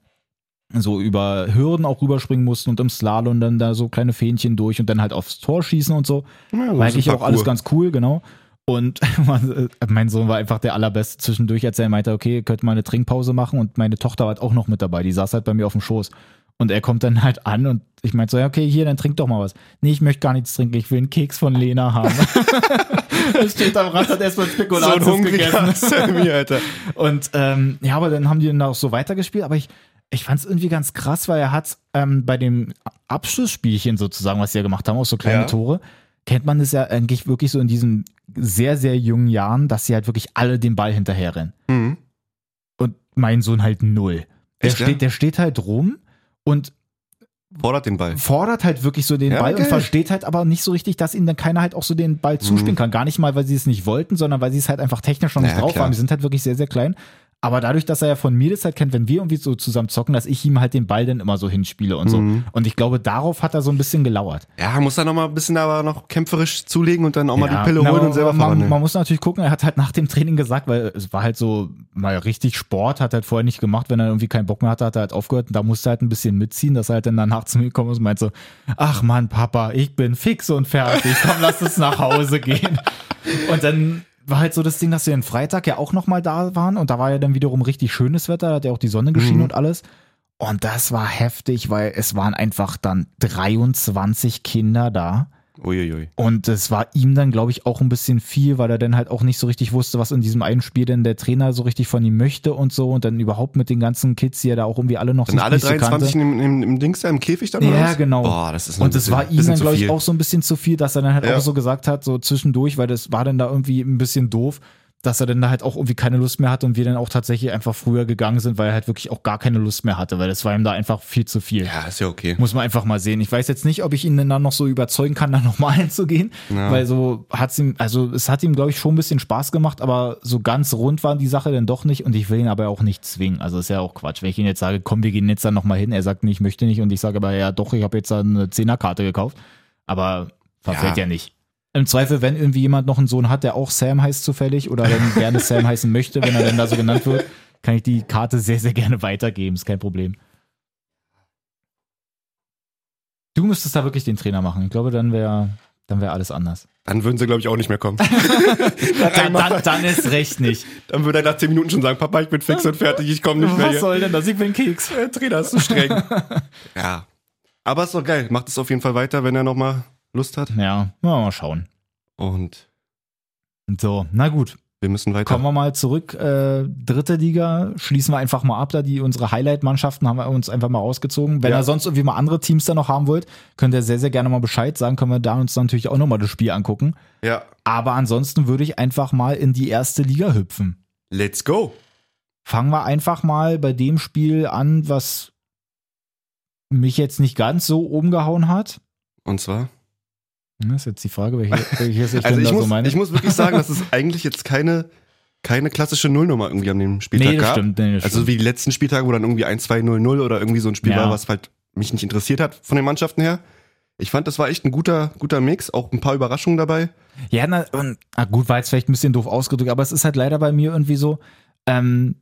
Speaker 2: so über Hürden auch rüberspringen mussten und im Slalom dann da so kleine Fähnchen durch und dann halt aufs Tor schießen und so.
Speaker 1: Ja, so
Speaker 2: War
Speaker 1: ein
Speaker 2: eigentlich auch
Speaker 1: Parcours.
Speaker 2: alles ganz cool, genau. Und man- äh, mein Sohn war einfach der allerbeste zwischendurch, als er meinte, okay, könnte mal eine Trinkpause machen und meine Tochter war halt auch noch mit dabei, die saß halt bei mir auf dem Schoß. Und er kommt dann halt an und ich meinte so, ja, okay, hier, dann trink doch mal was. Nee, ich möchte gar nichts trinken, ich will einen Keks von Lena haben. Er steht am Rand, hat erstmal
Speaker 1: so ein
Speaker 2: Spekulatius
Speaker 1: hungriger
Speaker 2: gegessen.
Speaker 1: Sammy, Alter.
Speaker 2: Und ähm, ja, aber dann haben die dann auch so weitergespielt, aber ich, ich fand es irgendwie ganz krass, weil er hat ähm, bei dem Abschlussspielchen sozusagen, was sie ja gemacht haben, auch so kleine
Speaker 1: Ja.
Speaker 2: Tore, kennt man das ja eigentlich wirklich so in diesen sehr, sehr jungen Jahren, dass sie halt wirklich alle den Ball hinterherrennen.
Speaker 1: Mhm.
Speaker 2: Und mein Sohn halt null. Der,
Speaker 1: Echt, ne? ja?
Speaker 2: steht, der steht halt rum und
Speaker 1: Fordert den Ball.
Speaker 2: fordert halt wirklich so den
Speaker 1: Ja,
Speaker 2: Ball
Speaker 1: geil.
Speaker 2: und versteht halt aber nicht so richtig, dass ihnen dann keiner halt auch so den Ball zuspielen
Speaker 1: Mhm.
Speaker 2: kann. Gar nicht mal, weil sie es nicht wollten, sondern weil sie es halt einfach technisch noch nicht
Speaker 1: Naja,
Speaker 2: drauf
Speaker 1: klar.
Speaker 2: haben. Die sind halt wirklich sehr, sehr klein. Aber dadurch, dass er ja von mir das halt kennt, wenn wir irgendwie so zusammen zocken, dass ich ihm halt den Ball dann immer so hinspiele und so.
Speaker 1: Mhm.
Speaker 2: Und ich glaube, darauf hat er so ein bisschen gelauert.
Speaker 1: Ja, muss da noch mal ein bisschen aber noch kämpferisch zulegen und dann auch mal
Speaker 2: Ja,
Speaker 1: die Pille
Speaker 2: na,
Speaker 1: holen und selber
Speaker 2: man,
Speaker 1: verhandeln.
Speaker 2: man muss natürlich gucken, er hat halt nach dem Training gesagt, weil es war halt so mal richtig Sport, hat halt vorher nicht gemacht, wenn er irgendwie keinen Bock mehr hatte, hat er halt aufgehört und da musste er halt ein bisschen mitziehen, dass er halt dann danach zu mir gekommen ist und meint so, ach Mann, Papa, ich bin fix und fertig, komm, lass uns nach Hause gehen. Und dann war halt so das Ding, dass wir den Freitag ja auch nochmal da waren und da war ja dann wiederum richtig schönes Wetter, da hat ja auch die Sonne geschienen
Speaker 1: Mhm.
Speaker 2: und alles. Und das war heftig, weil es waren einfach dann 23 Kinder da.
Speaker 1: Uiuiui.
Speaker 2: Und es war ihm dann, glaube ich, auch ein bisschen viel, weil er dann halt auch nicht so richtig wusste, was in diesem einen Spiel denn der Trainer so richtig von ihm möchte und so. Und dann überhaupt mit den ganzen Kids, die er da auch irgendwie alle noch
Speaker 1: Sind alle
Speaker 2: nicht so ne?
Speaker 1: 23 im, im, im Dings da, im Käfig dann? oder
Speaker 2: Ja,
Speaker 1: was?
Speaker 2: genau.
Speaker 1: Boah, das ist noch ein
Speaker 2: und das war ihm
Speaker 1: bisschen
Speaker 2: dann,
Speaker 1: zu
Speaker 2: glaube ich,
Speaker 1: viel.
Speaker 2: auch so ein bisschen zu viel, dass er dann halt
Speaker 1: Ja.
Speaker 2: auch so gesagt hat, so zwischendurch, weil das war dann da irgendwie ein bisschen doof, dass er dann da halt auch irgendwie keine Lust mehr hatte und wir dann auch tatsächlich einfach früher gegangen sind, weil er halt wirklich auch gar keine Lust mehr hatte, weil das war ihm da einfach viel zu viel.
Speaker 1: Ja, ist ja okay.
Speaker 2: Muss man einfach mal sehen. Ich weiß jetzt nicht, ob ich ihn dann noch so überzeugen kann, da nochmal hinzugehen.
Speaker 1: Ja.
Speaker 2: Weil so hat's ihm, also es hat ihm, glaube ich, schon ein bisschen Spaß gemacht, aber so ganz rund war die Sache dann doch nicht und ich will ihn aber auch nicht zwingen. Also ist ja auch Quatsch. Wenn ich ihn jetzt sage, komm, wir gehen jetzt dann nochmal hin, er sagt, nee, ich möchte nicht und ich sage aber, ja doch, ich habe jetzt da eine Zehnerkarte gekauft. Aber verfällt
Speaker 1: Ja.
Speaker 2: ja. nicht. Im Zweifel, wenn irgendwie jemand noch einen Sohn hat, der auch Sam heißt zufällig oder dann gerne Sam heißen möchte, wenn er dann da so genannt wird, kann ich die Karte sehr, sehr gerne weitergeben. Ist kein Problem. Du müsstest da wirklich den Trainer machen. Ich glaube, dann wäre dann wär alles anders.
Speaker 1: Dann würden sie, glaube ich, auch nicht mehr kommen.
Speaker 2: Dann,
Speaker 1: einmal-
Speaker 2: dann, dann ist recht nicht.
Speaker 1: Dann würde er nach 10 Minuten schon sagen, Papa, ich bin fix und fertig, ich komme nicht mehr
Speaker 2: Was
Speaker 1: hier.
Speaker 2: soll denn das? Ich bin Keks.
Speaker 1: Der Trainer ist zu streng. ja. Aber ist doch geil. Macht es auf jeden Fall weiter, wenn er nochmal Lust hat.
Speaker 2: Ja, mal, mal schauen.
Speaker 1: Und
Speaker 2: So, na gut.
Speaker 1: wir müssen weiter.
Speaker 2: Kommen wir mal zurück. Äh, dritte Liga schließen wir einfach mal ab. Da die unsere Highlight-Mannschaften haben wir uns einfach mal rausgezogen. Wenn
Speaker 1: Ja.
Speaker 2: ihr sonst irgendwie mal andere Teams da noch haben wollt, könnt ihr sehr, sehr gerne mal Bescheid sagen. Können wir da uns natürlich auch nochmal das Spiel angucken.
Speaker 1: Ja.
Speaker 2: Aber ansonsten würde ich einfach mal in die erste Liga hüpfen.
Speaker 1: Let's go.
Speaker 2: Fangen wir einfach mal bei dem Spiel an, was mich jetzt nicht ganz so umgehauen hat. Hm,
Speaker 1: Und zwar?
Speaker 2: Das ist jetzt die Frage, welche, welches ich
Speaker 1: also
Speaker 2: denn
Speaker 1: ich
Speaker 2: da
Speaker 1: muss,
Speaker 2: so meine.
Speaker 1: ich muss wirklich sagen, dass es eigentlich jetzt keine, keine klassische Nullnummer irgendwie an dem Spieltag
Speaker 2: nee, das
Speaker 1: gab.
Speaker 2: stimmt, nee, das
Speaker 1: Also
Speaker 2: stimmt.
Speaker 1: wie die letzten Spieltage, wo dann irgendwie 1-2-0-0 oder irgendwie so ein Spiel
Speaker 2: Ja.
Speaker 1: war, was halt mich nicht interessiert hat von den Mannschaften her. Ich fand, das war echt ein guter, guter Mix, auch ein paar Überraschungen dabei.
Speaker 2: Ja, na, und, ah, gut, war jetzt vielleicht ein bisschen doof ausgedrückt, aber es ist halt leider bei mir irgendwie so. Ähm,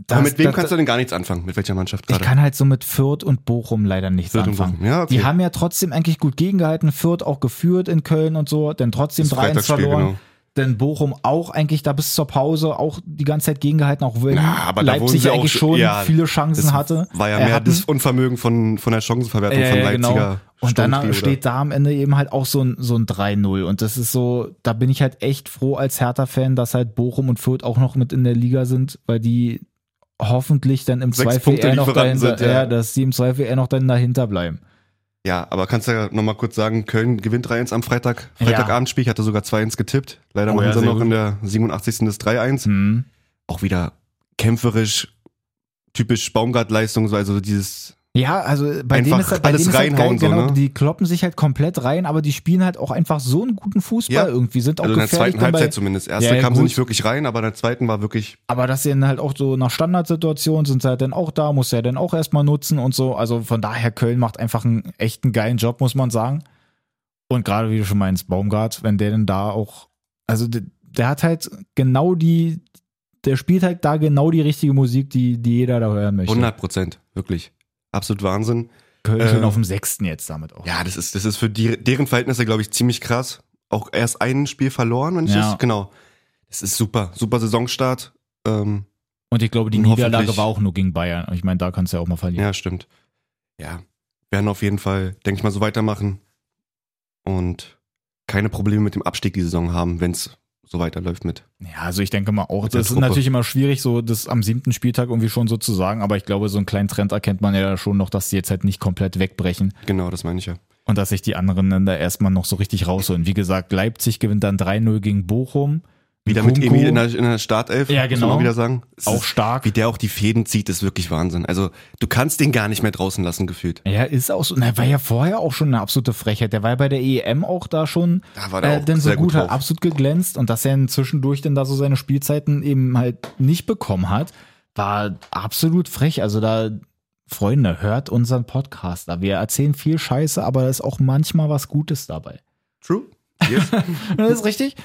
Speaker 1: Aber
Speaker 2: das-
Speaker 1: mit wem
Speaker 2: das-
Speaker 1: kannst du denn gar nichts anfangen? Mit welcher Mannschaft
Speaker 2: Ich
Speaker 1: gerade?
Speaker 2: kann halt so mit Fürth und Bochum leider nichts
Speaker 1: Fürth und
Speaker 2: anfangen.
Speaker 1: Bochum. Ja, okay.
Speaker 2: Die haben ja trotzdem eigentlich gut gegengehalten, Fürth auch geführt in Köln und so, dann trotzdem
Speaker 1: Das
Speaker 2: 3-1
Speaker 1: Freitagsspiel,
Speaker 2: verloren.
Speaker 1: genau.
Speaker 2: Denn Bochum auch eigentlich da bis zur Pause auch die ganze Zeit gegengehalten, auch wenn
Speaker 1: Na, aber da wurden
Speaker 2: Leipzig
Speaker 1: sie auch
Speaker 2: eigentlich
Speaker 1: schon-
Speaker 2: schon
Speaker 1: ja,
Speaker 2: viele Chancen
Speaker 1: Das
Speaker 2: hatte.
Speaker 1: War ja
Speaker 2: Äh,
Speaker 1: mehr
Speaker 2: hatten.
Speaker 1: das Unvermögen von, von der Chancenverwertung von
Speaker 2: Äh,
Speaker 1: Leipziger.
Speaker 2: genau. Und
Speaker 1: Sturmspiel,
Speaker 2: dann
Speaker 1: oder?
Speaker 2: steht da am Ende eben halt auch so ein, so ein 3-0. Und das ist so, da bin ich halt echt froh als Hertha-Fan, dass halt Bochum und Fürth auch noch mit in der Liga sind, weil die hoffentlich dann im
Speaker 1: Sechs
Speaker 2: Zweifel
Speaker 1: Punkte
Speaker 2: eher noch
Speaker 1: Lieferanten
Speaker 2: dahinter,
Speaker 1: sind, ja.
Speaker 2: ja. dass die im Zweifel eher noch dann dahinter bleiben.
Speaker 1: Ja, aber kannst du ja nochmal kurz sagen, Köln gewinnt 3-1 am Freitag.
Speaker 2: Ja.
Speaker 1: Freitagabendspiel, ich hatte sogar 2-1 getippt. Leider
Speaker 2: Oh
Speaker 1: machen
Speaker 2: ja,
Speaker 1: sie
Speaker 2: sehr
Speaker 1: noch
Speaker 2: gut.
Speaker 1: in der 87. das 3-1.
Speaker 2: Hm.
Speaker 1: Auch wieder kämpferisch, typisch Baumgart-Leistung, so, also dieses
Speaker 2: Ja, also bei denen
Speaker 1: Einfach
Speaker 2: ist halt, bei
Speaker 1: alles
Speaker 2: denen ist halt geil,
Speaker 1: reinhauen so,
Speaker 2: genau,
Speaker 1: ne?
Speaker 2: die kloppen sich halt komplett rein, aber die spielen halt auch einfach so einen guten Fußball
Speaker 1: Ja.
Speaker 2: irgendwie, sind auch
Speaker 1: Also in der
Speaker 2: gefährlich.
Speaker 1: zweiten
Speaker 2: dann bei-
Speaker 1: Halbzeit zumindest. Erste
Speaker 2: Ja, ja,
Speaker 1: kamen sie
Speaker 2: gut.
Speaker 1: nicht wirklich rein, aber in der zweiten war wirklich.
Speaker 2: Aber dass sie dann halt auch so nach Standardsituationen sind sie halt dann auch da, muss er dann auch erstmal nutzen und so. Also von daher, Köln macht einfach einen echten geilen Job, muss man sagen. Und gerade wie du schon meinst, Baumgart, wenn der denn da auch, also der, der hat halt genau die, der spielt halt da genau die richtige Musik, die, die jeder da hören möchte.
Speaker 1: 100 Prozent, wirklich. Absolut Wahnsinn.
Speaker 2: Köln schon
Speaker 1: Ähm,
Speaker 2: auf dem sechsten jetzt damit auch.
Speaker 1: Ja, das ist, das ist für die, deren Verhältnisse, glaube ich, ziemlich krass. Auch erst ein Spiel verloren, wenn ich
Speaker 2: Ja.
Speaker 1: das. Genau. Das ist super. Super Saisonstart. Ähm,
Speaker 2: Und ich glaube, die
Speaker 1: Und hoffentlich-
Speaker 2: Niederlage war auch nur gegen Bayern. Ich meine, da kannst du ja auch mal verlieren.
Speaker 1: ja, stimmt. Ja. Werden auf jeden Fall, denke ich mal, so weitermachen. Und keine Probleme mit dem Abstieg die Saison haben, wenn es so weiterläuft mit.
Speaker 2: Ja, also ich denke mal auch,
Speaker 1: Mit der
Speaker 2: das ist
Speaker 1: Truppe.
Speaker 2: natürlich immer schwierig, so das am siebten Spieltag irgendwie schon so zu sagen, aber ich glaube, so einen kleinen Trend erkennt man ja schon noch, dass die jetzt halt nicht komplett wegbrechen
Speaker 1: Genau, das meine ich ja.
Speaker 2: und dass sich die anderen dann da erstmal noch so richtig rausholen. Wie gesagt, Leipzig gewinnt dann 3-0 gegen Bochum.
Speaker 1: Wieder mit
Speaker 2: Nkunku,
Speaker 1: Emil in der, in der Startelf,
Speaker 2: Ja,
Speaker 1: muss man
Speaker 2: genau.
Speaker 1: auch wieder sagen. Es
Speaker 2: auch
Speaker 1: ist-
Speaker 2: stark.
Speaker 1: Wie der auch die Fäden zieht, ist wirklich Wahnsinn. Also, du kannst den gar nicht mehr draußen lassen, gefühlt.
Speaker 2: Ja, ist auch so. Na, war ja vorher auch schon eine absolute Frechheit. Der war ja bei der EM auch da schon
Speaker 1: Da war der
Speaker 2: äh,
Speaker 1: auch
Speaker 2: dann so
Speaker 1: sehr
Speaker 2: gut,
Speaker 1: gut
Speaker 2: hat
Speaker 1: drauf.
Speaker 2: absolut geglänzt und dass er dann zwischendurch dann da so seine Spielzeiten eben halt nicht bekommen hat, war absolut frech. Also da, Freunde, hört unseren Podcast da. Wir erzählen viel Scheiße, aber da ist auch manchmal was Gutes dabei.
Speaker 1: True. Yes.
Speaker 2: Das ist richtig.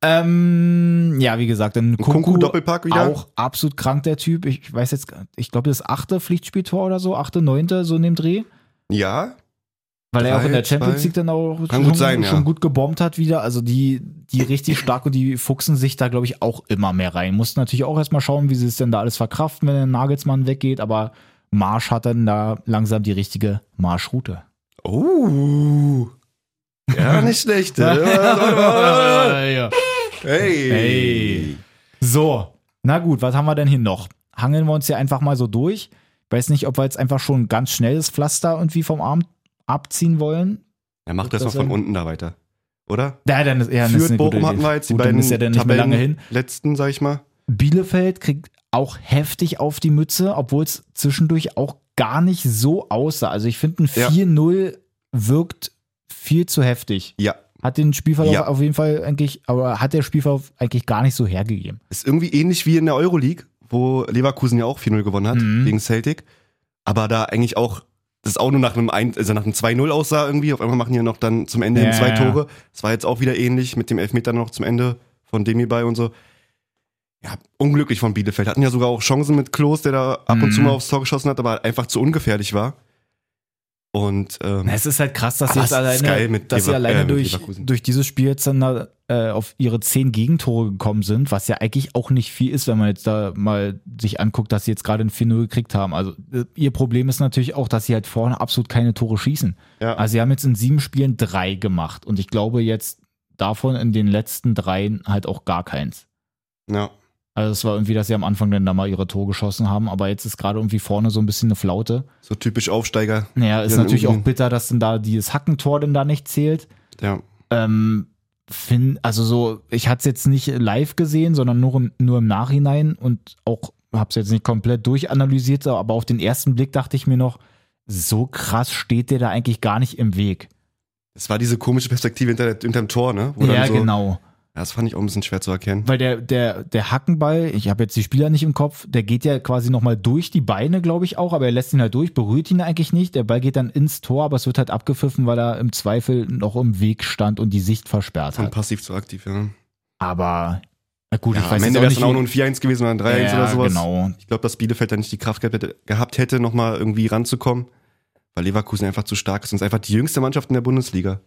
Speaker 2: Ähm, ja, wie gesagt, dann
Speaker 1: Kunku Doppelpack wieder.
Speaker 2: Auch absolut krank, der Typ. Ich weiß jetzt, ich glaube, das achte Pflichtspieltor oder so, achte, neunte, so in dem Dreh.
Speaker 1: Ja,
Speaker 2: Weil er auch in
Speaker 1: Drei,
Speaker 2: der Champions
Speaker 1: zwei.
Speaker 2: League dann auch
Speaker 1: Kann
Speaker 2: schon,
Speaker 1: gut sein, ja.
Speaker 2: schon gut gebombt hat wieder. Also die, die richtig stark und die fuchsen sich da, glaube ich, auch immer mehr rein. Mussten natürlich auch erstmal schauen, wie sie es denn da alles verkraften, wenn der Nagelsmann weggeht, aber Marsch hat dann da langsam die richtige Marschroute.
Speaker 1: Oh. Ja, nicht schlecht.
Speaker 2: Ja.
Speaker 1: hey.
Speaker 2: Hey. So, na gut, was haben wir denn hier noch? Hangeln wir uns hier einfach mal so durch. Ich weiß nicht, ob wir jetzt einfach schon ganz schnell das Pflaster irgendwie vom Arm abziehen wollen.
Speaker 1: Er macht das
Speaker 2: Das
Speaker 1: noch von
Speaker 2: ist-
Speaker 1: unten da weiter. Oder?
Speaker 2: Ja, dann ist, ja, dann ist
Speaker 1: Fürth,
Speaker 2: eine gute
Speaker 1: Bochum
Speaker 2: Idee.
Speaker 1: hatten wir jetzt, die
Speaker 2: Gut, dann
Speaker 1: beiden
Speaker 2: ist ja dann nicht mehr lange hin.
Speaker 1: letzten, sag ich mal.
Speaker 2: Bielefeld kriegt auch heftig auf die Mütze, obwohl es zwischendurch auch gar nicht so aussah. Also ich finde, ein
Speaker 1: Ja.
Speaker 2: 4-0 wirkt viel zu heftig.
Speaker 1: Ja.
Speaker 2: Hat den Spielverlauf
Speaker 1: Ja.
Speaker 2: auf jeden Fall eigentlich, aber hat der Spielverlauf eigentlich gar nicht so hergegeben.
Speaker 1: Ist irgendwie ähnlich wie in der Euroleague, wo Leverkusen ja auch 4-0 gewonnen hat
Speaker 2: Mhm.
Speaker 1: gegen Celtic. Aber da eigentlich auch, das ist auch nur nach einem, ein, also nach einem 2-0 aussah irgendwie. Auf einmal machen die ja noch dann zum Ende
Speaker 2: Ja,
Speaker 1: hin zwei
Speaker 2: ja, ja.
Speaker 1: Tore. Das war jetzt auch wieder ähnlich mit dem Elfmeter noch zum Ende von Demi-Bei und so. Ja, unglücklich von Bielefeld. Hatten ja sogar auch Chancen mit Klos, der da ab und zu
Speaker 2: Mhm.
Speaker 1: mal aufs Tor geschossen hat, aber halt einfach zu ungefährlich war. Und ähm,
Speaker 2: Na, Es ist halt krass, dass sie
Speaker 1: Aber
Speaker 2: jetzt
Speaker 1: es ist
Speaker 2: alleine,
Speaker 1: geil mit
Speaker 2: dass sie
Speaker 1: Lever-
Speaker 2: alleine
Speaker 1: äh, mit
Speaker 2: durch,
Speaker 1: Leverkusen.
Speaker 2: durch dieses Spiel jetzt dann da, äh, auf ihre zehn Gegentore gekommen sind, was ja eigentlich auch nicht viel ist, wenn man jetzt da mal sich anguckt, dass sie jetzt gerade ein 4-0 gekriegt haben. Also äh, ihr Problem ist natürlich auch, dass sie halt vorne absolut keine Tore schießen.
Speaker 1: ja.
Speaker 2: Also sie haben jetzt in sieben Spielen drei gemacht und ich glaube jetzt davon in den letzten dreien halt auch gar keins.
Speaker 1: ja.
Speaker 2: Also es war irgendwie, dass sie am Anfang dann da mal ihre Tore geschossen haben, aber jetzt ist gerade irgendwie vorne so ein bisschen eine Flaute.
Speaker 1: So typisch Aufsteiger.
Speaker 2: Naja, ist
Speaker 1: Ja,
Speaker 2: natürlich auch
Speaker 1: irgendwie.
Speaker 2: bitter, dass dann da dieses Hackentor denn da nicht zählt.
Speaker 1: Ja.
Speaker 2: Ähm, fin- also so, ich hatte es jetzt nicht live gesehen, sondern nur im, nur im Nachhinein und auch habe es jetzt nicht komplett durchanalysiert, aber auf den ersten Blick dachte ich mir noch, so krass steht der da eigentlich gar nicht im Weg.
Speaker 1: Das war diese komische Perspektive hinter, der, hinterm Tor, ne? Wo dann
Speaker 2: ja,
Speaker 1: so,
Speaker 2: genau.
Speaker 1: Ja, das fand ich auch ein bisschen schwer zu erkennen.
Speaker 2: Weil der, der, der Hackenball, ich habe jetzt die Spieler nicht im Kopf, der geht ja quasi nochmal durch die Beine, glaube ich auch, aber er lässt ihn halt durch, berührt ihn eigentlich nicht. Der Ball geht dann ins Tor, aber es wird halt abgepfiffen, weil er im Zweifel noch im Weg stand und die Sicht versperrt
Speaker 1: Von
Speaker 2: hat.
Speaker 1: passiv zu aktiv, ja.
Speaker 2: Aber na gut,
Speaker 1: ja
Speaker 2: ich weiß
Speaker 1: am
Speaker 2: jetzt
Speaker 1: Ende
Speaker 2: auch
Speaker 1: wäre es
Speaker 2: nicht.
Speaker 1: dann auch nur ein 4-1 gewesen oder ein 3-1
Speaker 2: ja,
Speaker 1: oder sowas.
Speaker 2: Genau.
Speaker 1: Ich glaube, dass Bielefeld da nicht die Kraft gehabt hätte, gehabt hätte nochmal irgendwie ranzukommen, weil Leverkusen einfach zu stark ist und ist einfach die jüngste Mannschaft in der Bundesliga.